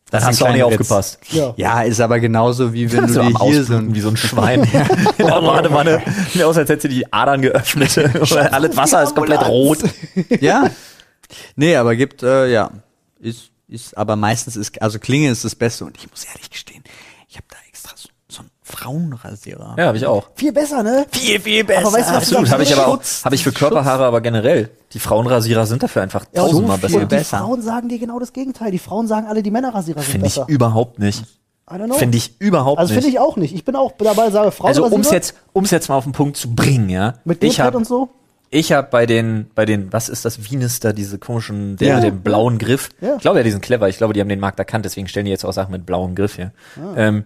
dann Hast hast du auch einen nicht kleinen Ritz. aufgepasst. Ja. Ja, ist aber genauso wie wenn Dann du so am dir hier so Ausbluten ein wie so ein Schwein Oh, in der Badewanne. Sieht ne? aus, als hätte die Adern geöffnet. Alles Wasser ist komplett rot. ja. Nee, aber gibt, äh, ja. Ist, ist, aber meistens ist, also Klinge ist das Beste. Und ich muss ehrlich gestehen, ich habe da extra so, so einen Frauenrasierer. Ja, habe ich auch. Viel besser, ne? viel, viel besser. Aber weißt du, was Absolut, du habe ich dafür aber auch, schützt? habe ich für Körperhaare aber generell. Die Frauenrasierer sind dafür einfach und- tausendmal viel besser. und die besser. Frauen sagen dir genau das Gegenteil. Die Frauen sagen alle, die Männerrasierer sind Finde ich besser. überhaupt nicht. I don't know. Finde ich überhaupt also finde nicht. ich auch nicht. Ich bin auch dabei, sage Frauen also um's jetzt, um's jetzt mal auf den Punkt zu bringen, ja. mit ich Gürtelfett habe, und so. ich habe bei den, bei den, was ist das Vinister, diese komischen, der Ja. mit dem blauen Griff. Ja. Ich glaube ja, die sind clever. Ich glaube, die haben den Markt erkannt. Deswegen stellen die jetzt auch Sachen mit blauem Griff hier. Ah. Ähm,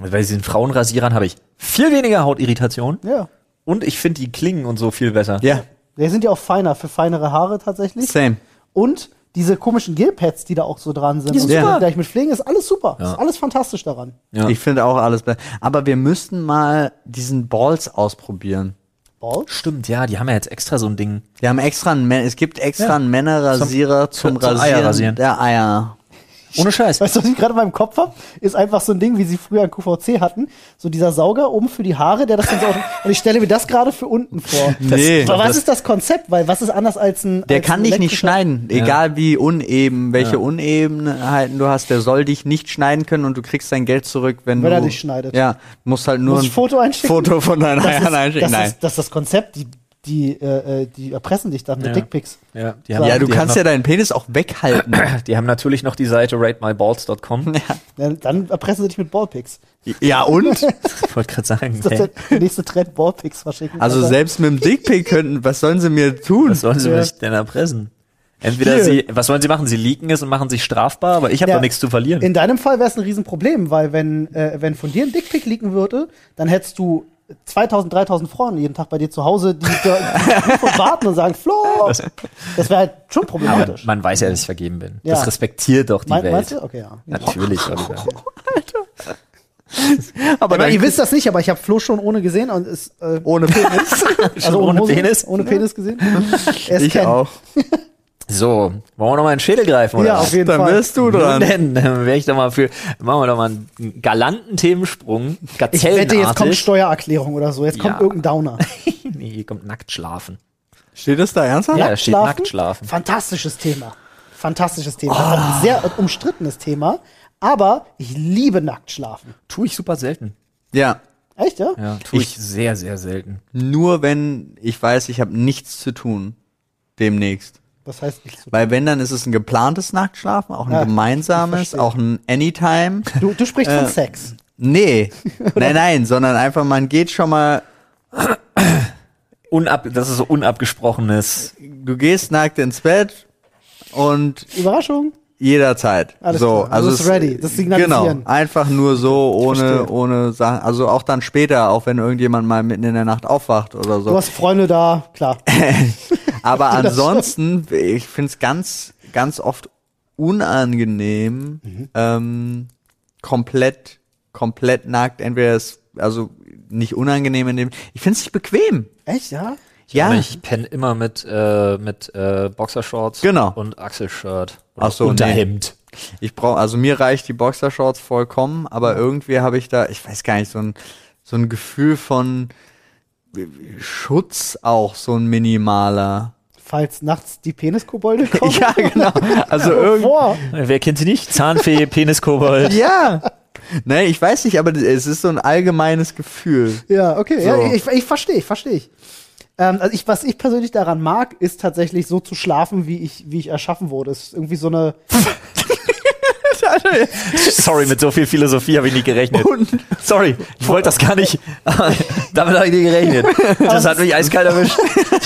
bei diesen Frauenrasierern habe ich viel weniger Hautirritation Ja. und ich finde die Klingen und so viel besser. Ja, Die sind ja auch feiner für feinere Haare tatsächlich. same. Und diese komischen Gelpads, die da auch so dran sind. Die und sind so super. Gleich mit Pflegen ist alles super. Ja. Ist alles fantastisch daran. Ja. Ich finde auch alles besser. Aber wir müssten mal diesen Balls ausprobieren. Bald. Stimmt, ja, die haben ja jetzt extra so ein Ding. Wir haben extra einen, Mä- es gibt extra Ja. einen Männerrasierer zum, Zum- zum Rasieren, Eierrasieren. der Eier. Ohne Scheiß. Weißt du, was ich gerade in meinem Kopf habe? Ist einfach so ein Ding, wie sie früher an QVC hatten. So dieser Sauger oben für die Haare, der das dann so auf, Und ich stelle mir das gerade für unten vor. Nee. Aber was ist das Konzept? Weil was ist anders als ein. Der als kann ein dich nicht elektrischer- schneiden, egal wie uneben, welche Unebenheiten du hast. Der soll dich nicht schneiden können und du kriegst dein Geld zurück, wenn, Wenn du er dich schneidet. Ja, musst halt nur Muss ein ich Foto einschicken? Foto von deinen Das ist, Eiern das, einschicken. Nein. ist, das ist das Konzept, die, die, äh, äh, die erpressen dich dann mit Ja. Dickpics. Ja, die Ja, ja, du die kannst ja haben deinen Penis auch weghalten. noch, Die haben natürlich noch die Seite ratemyballs.com. Ja, Dann erpressen sie dich mit Ballpics. ja, und? Ich wollte gerade sagen, Das ey, ist der nächste Trend, Ballpics verschicken. Also Alter. selbst mit dem Dickpick könnten, was sollen sie mir tun? was sollen sie Ja. mich denn erpressen? Entweder Hier. sie, was sollen sie machen? Sie leaken es und machen sich strafbar, aber ich habe Ja. doch nichts zu verlieren. In deinem Fall wäre es ein Riesenproblem, weil wenn, äh, wenn von dir ein Dickpick liegen würde, dann hättest du 2000, 3000 Frauen jeden Tag bei dir zu Hause, die da die warten und sagen, Flo! Das wäre halt schon aber problematisch. man weiß ja, dass ich vergeben bin. Ja. Das respektiert doch die Mein- Welt. meinst du? Okay, ja. Natürlich, Oliver. aber Aber dann ihr wisst das nicht, aber ich habe Flo schon ohne gesehen und ist äh, ohne Penis. also ohne Hose, Penis? Ohne Penis gesehen. Er ist ich Ken. auch. So, wollen wir nochmal in den Schädel greifen, oder? Ja, auf jeden Dann Fall. bist du Nun dran. denn, dann wäre ich doch mal für, machen wir doch mal einen galanten Themensprung. Ich wette, jetzt kommt Gazellenartig. Steuererklärung oder so. Jetzt kommt Ja. irgendein Downer. nee, hier kommt nackt schlafen. Steht das da ernsthaft? Ja, da steht nackt schlafen. Fantastisches Thema. Fantastisches Thema. Ah. Ein Sehr umstrittenes Thema. Aber ich liebe nackt schlafen. Tue ich super selten. Ja. Echt, ja? Ja, tue ich sehr, sehr selten. Nur wenn ich weiß, ich habe nichts zu tun. Demnächst. Das heißt nicht so. Weil wenn, dann ist es ein geplantes Nacktschlafen, auch ein Ja, Ah, ich gemeinsames, verstehe. auch ein Anytime. Äh. Du, du sprichst von Sex. Nee, nein, nein, sondern einfach, man geht schon mal Unab, das ist so unabgesprochenes. Du gehst nackt ins Bett und Überraschung. jederzeit. Alles so, klar. Also es- ist ready. Das signalisieren. genau, einfach nur so ohne verstehe. ohne Sachen, also auch dann später, auch wenn irgendjemand mal mitten in der Nacht aufwacht oder Du so. hast Freunde da, klar. Aber das ansonsten, ich finde es ganz ganz oft unangenehm, Mhm. ähm, komplett komplett nackt. Entweder es also nicht unangenehm in dem. Ich finde es nicht bequem. Echt, ja? ja, Aber ich penne immer mit, äh, mit äh, Boxershorts Genau. und Achselshirt. Ach so, nee. Unterhemd. Ich brauche, also mir reicht die Boxershorts vollkommen, aber irgendwie habe ich da, ich weiß gar nicht, so ein, so ein Gefühl von Schutz auch, so ein minimaler. Falls nachts die Peniskobolde kommen. Ja, genau. Also irgendwie. Vor. Wer kennt sie nicht? Zahnfee, Peniskobold. Ja. Nee, ich weiß nicht, aber es ist so ein allgemeines Gefühl. Ja, okay. So. Ja, ich ich verstehe, ich verstehe. Ähm, also ich, was ich persönlich daran mag, ist tatsächlich so zu schlafen, wie ich, wie ich erschaffen wurde. Es ist irgendwie so eine. Sorry, mit so viel Philosophie habe ich nicht gerechnet. Sorry, ich wollte das gar nicht. Damit habe ich nicht gerechnet. Das hat mich eiskalt erwischt.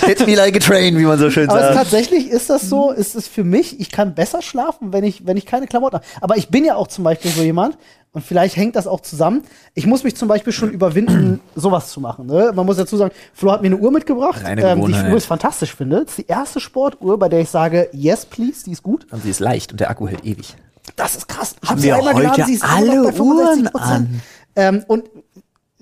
Hit me like a train, wie man so schön Aber es, sagt. tatsächlich ist das so, ist es für mich, ich kann besser schlafen, wenn ich, wenn ich keine Klamotten habe. Aber ich bin ja auch zum Beispiel so jemand, und vielleicht hängt das auch zusammen. Ich muss mich zum Beispiel schon überwinden, sowas zu machen. Ne? Man muss dazu sagen, Flo hat mir eine Uhr mitgebracht, ähm, Reine die ich Gewohnheit. übrigens fantastisch finde. Das ist die erste Sportuhr, bei der ich sage, yes, please, die ist gut. Und sie ist leicht und der Akku hält ewig. Das ist krass. Hab wir heute immer noch alle bei 65%. Uhren an? Ähm, und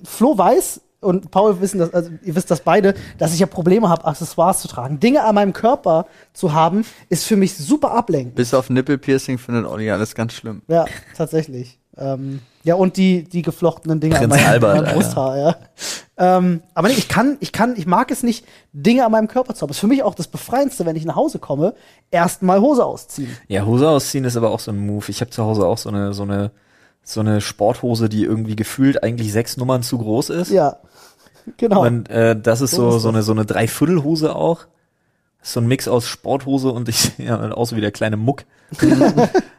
Flo weiß und Paul wissen das, also ihr wisst das beide, dass ich ja Probleme habe, Accessoires zu tragen. Dinge an meinem Körper zu haben, ist für mich super ablenkend. Bis auf Nippelpiercing findet Olli alles ganz schlimm. Ja, tatsächlich. Ähm, ja, und die, die geflochtenen Dinge Prinz an meinem, Albert, meinem Brusthaar, ja. Ähm, aber nee, ich kann, ich kann, ich mag es nicht, Dinge an meinem Körper zu haben. Ist für mich auch das Befreiendste, wenn ich nach Hause komme, erstmal Hose ausziehen. Ja, Hose ausziehen ist aber auch so ein Move. Ich habe zu Hause auch so eine, so eine, so eine Sporthose, die irgendwie gefühlt eigentlich sechs Nummern zu groß ist. Ja. Genau. Und äh, das ist So so, ist so das. eine, so eine Dreiviertelhose auch. So ein Mix aus Sporthose und ich sehe ja, aus wie der kleine Muck.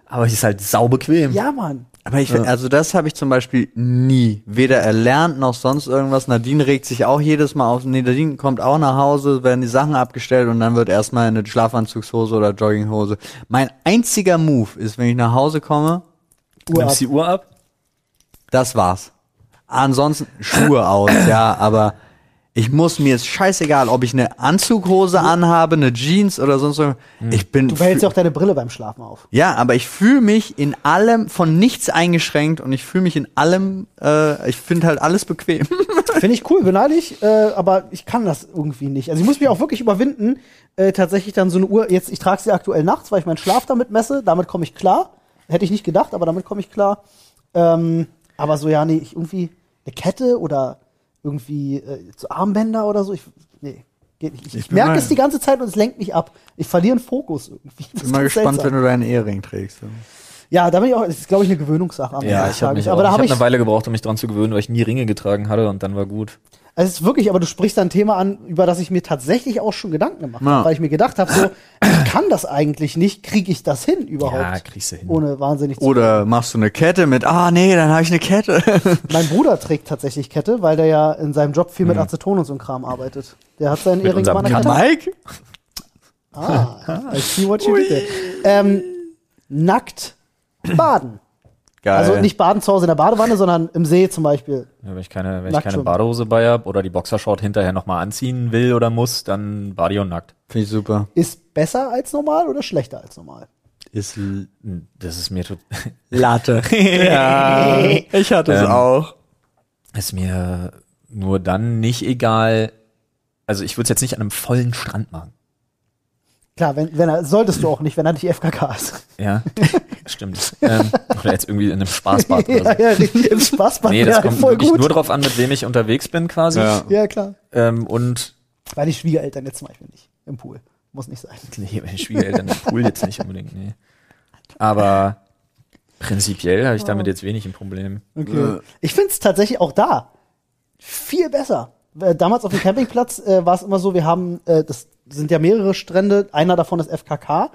aber es ist halt saubequem. Ja, Mann. Aber ich, also das habe ich zum Beispiel nie, weder erlernt noch sonst irgendwas. Nadine regt sich auch jedes Mal auf. Nee, Nadine kommt auch nach Hause, werden die Sachen abgestellt und dann wird erstmal eine Schlafanzugshose oder Jogginghose. Mein einziger Move ist, wenn ich nach Hause komme, Du Uhr ab. nimmst die Uhr ab. das war's. Ansonsten Schuhe aus, ja, aber ich muss mir ist scheißegal, ob ich eine Anzughose anhabe, eine Jeans oder sonst was. Ich bin Du behältst ja auch deine Brille beim Schlafen auf. Ja, aber ich fühle mich in allem von nichts eingeschränkt und ich fühle mich in allem, äh, ich finde halt alles bequem. Finde ich cool, beneide ich, äh, aber ich kann das irgendwie nicht. Also ich muss mich auch wirklich überwinden, äh, tatsächlich dann so eine Uhr, jetzt, ich trage sie aktuell nachts, weil ich meinen Schlaf damit messe, damit komme ich klar. Hätte ich nicht gedacht, aber damit komme ich klar. Ähm, aber so, ja, nee, ich irgendwie eine Kette oder irgendwie äh, so Armbänder oder so, ich, nee, geht nicht. Ich, ich bin merke mal- es die ganze Zeit und es lenkt mich ab. Ich verliere den Fokus irgendwie. Das Bin mal ist ganz gespannt, seltsam. wenn du deinen Ehering trägst. Ja, da bin ich auch, das ist, glaube ich, eine Gewöhnungssache am Ende Ja, des ich habe Tages. mich Aber auch. da ich habe habe ich, eine Weile gebraucht, um mich dran zu gewöhnen, weil ich nie Ringe getragen hatte und dann war gut. Also es ist wirklich, aber du sprichst da ein Thema an, über das ich mir tatsächlich auch schon Gedanken gemacht habe, Ja. weil ich mir gedacht habe, so, ich kann das eigentlich nicht, kriege ich das hin überhaupt? Ja, kriegst du hin. Ohne wahnsinnig zu. Oder machst du eine Kette mit, ah nee, dann habe ich eine Kette. Mein Bruder trägt tatsächlich Kette, weil der ja in seinem Job viel mit Aceton und so einem Kram arbeitet. Der hat seinen Ehering Hm. unserem immer an der Kette. Mike? Ah, I see what you did there. Ähm, nackt baden. Geil. Also nicht baden zu Hause in der Badewanne, sondern im See zum Beispiel. Ja, wenn ich keine, wenn ich Nackt keine schon. Badehose bei hab oder die Boxershort hinterher nochmal anziehen will oder muss, dann Body und nackt. Finde ich super. Ist besser als normal oder schlechter als normal? Ist Das ist mir tot, Latte. ja, ich hatte es Ähm, auch. ist mir nur dann nicht egal. Also ich würde es jetzt nicht an einem vollen Strand machen. Klar, wenn, wenn er, solltest du auch nicht, wenn er nicht FKK ist. Ja, stimmt. ähm, oder jetzt irgendwie in einem Spaßbad oder so. ja, ja, richtig. Im Spaßbad Nee, wäre das halt kommt voll wirklich gut. nur drauf an, mit wem ich unterwegs bin quasi. Ja. ja, klar. Ähm, und Bei den Schwiegereltern jetzt zum Beispiel nicht. Im Pool. Muss nicht sein. nee, meine Schwiegereltern im Pool jetzt nicht unbedingt, nee. Aber prinzipiell habe ich damit jetzt wenig ein Problem. Okay. Ich finde es tatsächlich auch da viel besser. Äh, Damals auf dem Campingplatz äh, war es immer so, wir haben, äh, das sind ja mehrere Strände, einer davon ist FKK.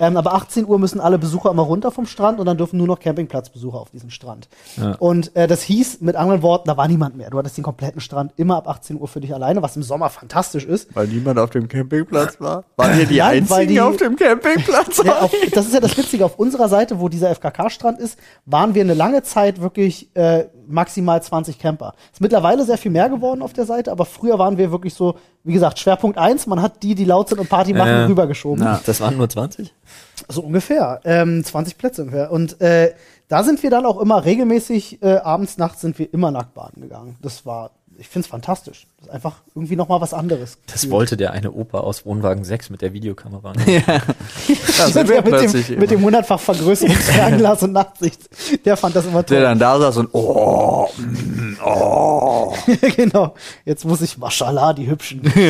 Ähm, aber 18 Uhr müssen alle Besucher immer runter vom Strand und dann dürfen nur noch Campingplatzbesucher auf diesem Strand. Und äh, das hieß mit anderen Worten, da war niemand mehr. Du hattest den kompletten Strand immer ab 18 Uhr für dich alleine, was im Sommer fantastisch ist. Weil niemand auf dem Campingplatz war? Waren hier die Nein, weil einzigen die- auf dem Campingplatz? Ja, auf, das ist ja das Witzige. Auf unserer Seite, wo dieser FKK-Strand ist, waren wir eine lange Zeit wirklich äh, maximal 20 Camper. Ist mittlerweile sehr viel mehr geworden auf der Seite, aber früher waren wir wirklich so, wie gesagt, Schwerpunkt 1, man hat die, die laut sind und Party machen, Ja. rübergeschoben. Das waren nur 20? So ungefähr. Ähm, 20 Plätze ungefähr. Und äh, da sind wir dann auch immer regelmäßig, äh, abends, nachts sind wir immer nackt baden gegangen. Das war, ich finde es fantastisch. Das ist einfach irgendwie nochmal was anderes. Das wollte der eine Opa aus Wohnwagen 6 mit der Videokamera. Da sind wir mit, plötzlich dem, mit dem hundertfach Vergrößerungsfernglas und Nachtsicht. Der fand das immer der toll. dann da saß und oh, genau. Jetzt muss ich, mashallah, die Hübschen.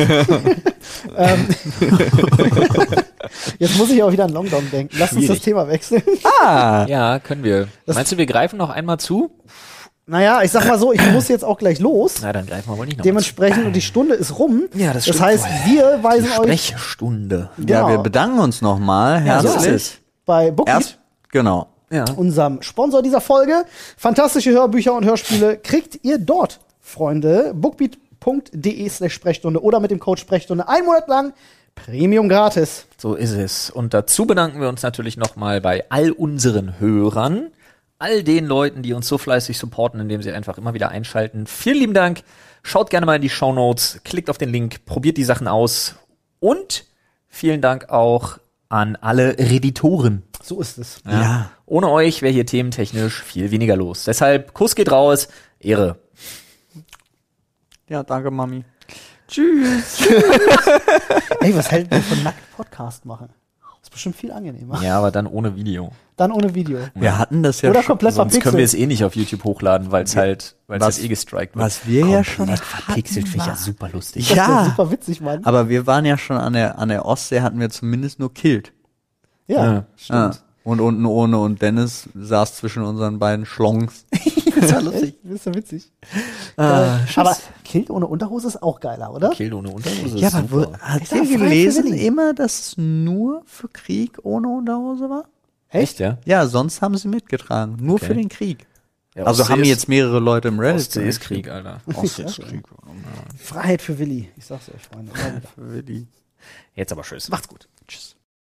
Ähm, Jetzt muss ich auch wieder an Longdon denken. Lass uns das Schwierig. Thema wechseln. ah. Ja, können wir. Meinst du, wir greifen noch einmal zu? Naja, ich sag mal so, ich muss jetzt auch gleich los. Na, dann greifen wir wohl nicht noch. mal zu. Dementsprechend, und die Stunde ist rum. Ja, das das stimmt heißt, wohl. wir Die weisen euch Sprechstunde. Genau. Ja, wir bedanken uns nochmal Ja, so herzlich. ist es. bei Bookbeat, Erst, genau. Ja. unserem Sponsor dieser Folge. Fantastische Hörbücher und Hörspiele kriegt ihr dort, Freunde. Bookbeat.de slash Sprechstunde oder mit dem Code Sprechstunde einen Monat lang Premium gratis. So ist es. Und dazu bedanken wir uns natürlich nochmal bei all unseren Hörern, all den Leuten, die uns so fleißig supporten, indem sie einfach immer wieder einschalten. Vielen lieben Dank. Schaut gerne mal in die Show Notes, klickt auf den Link, probiert die Sachen aus. Und vielen Dank auch an alle Reditoren. So ist es. Ja. Ohne euch wäre hier thementechnisch viel weniger los. Deshalb Kuss geht raus. Ehre. Ja, danke, Mami. Ey, was hält ihr von nackt Podcast machen? Ist bestimmt viel angenehmer. Ja, aber dann ohne Video. Dann ohne Video. Wir hatten das ja Oder schon. komplett Sonst können wir verpixelt. es eh nicht auf YouTube hochladen, weil es halt, weil es Was- halt eh gestrikt wird. Was wir ja schon. Komplett verpixelt finde ich ja super lustig. Das wär Ja. super witzig, Mann. Aber wir waren ja schon an der, an der Ostsee, hatten wir zumindest nur Kilt. Ja, Ja. stimmt. Ja. Und unten ohne und Dennis saß zwischen unseren beiden Schlongs. Das war lustig. Das ist ja witzig. Ah. Geil. aber Kilt ohne Unterhose ist auch geiler, oder? Kill ohne Unterhose. Ja, ist aber super. wo, hat Ist ja ihr frei gelesen für Willi. immer, dass es nur für Krieg ohne Unterhose war? Echt, ja? Ja, sonst haben sie mitgetragen. Nur für den Krieg. ja also Ostsee haben ist- jetzt mehrere Leute im Reddit. Ostsee ist Krieg, Alter. Ostsee ist Krieg. Freiheit für Willi. Ich sag's euch, Freunde. Immer wieder. Willi. Jetzt aber tschüss. Macht's gut. Tschüss.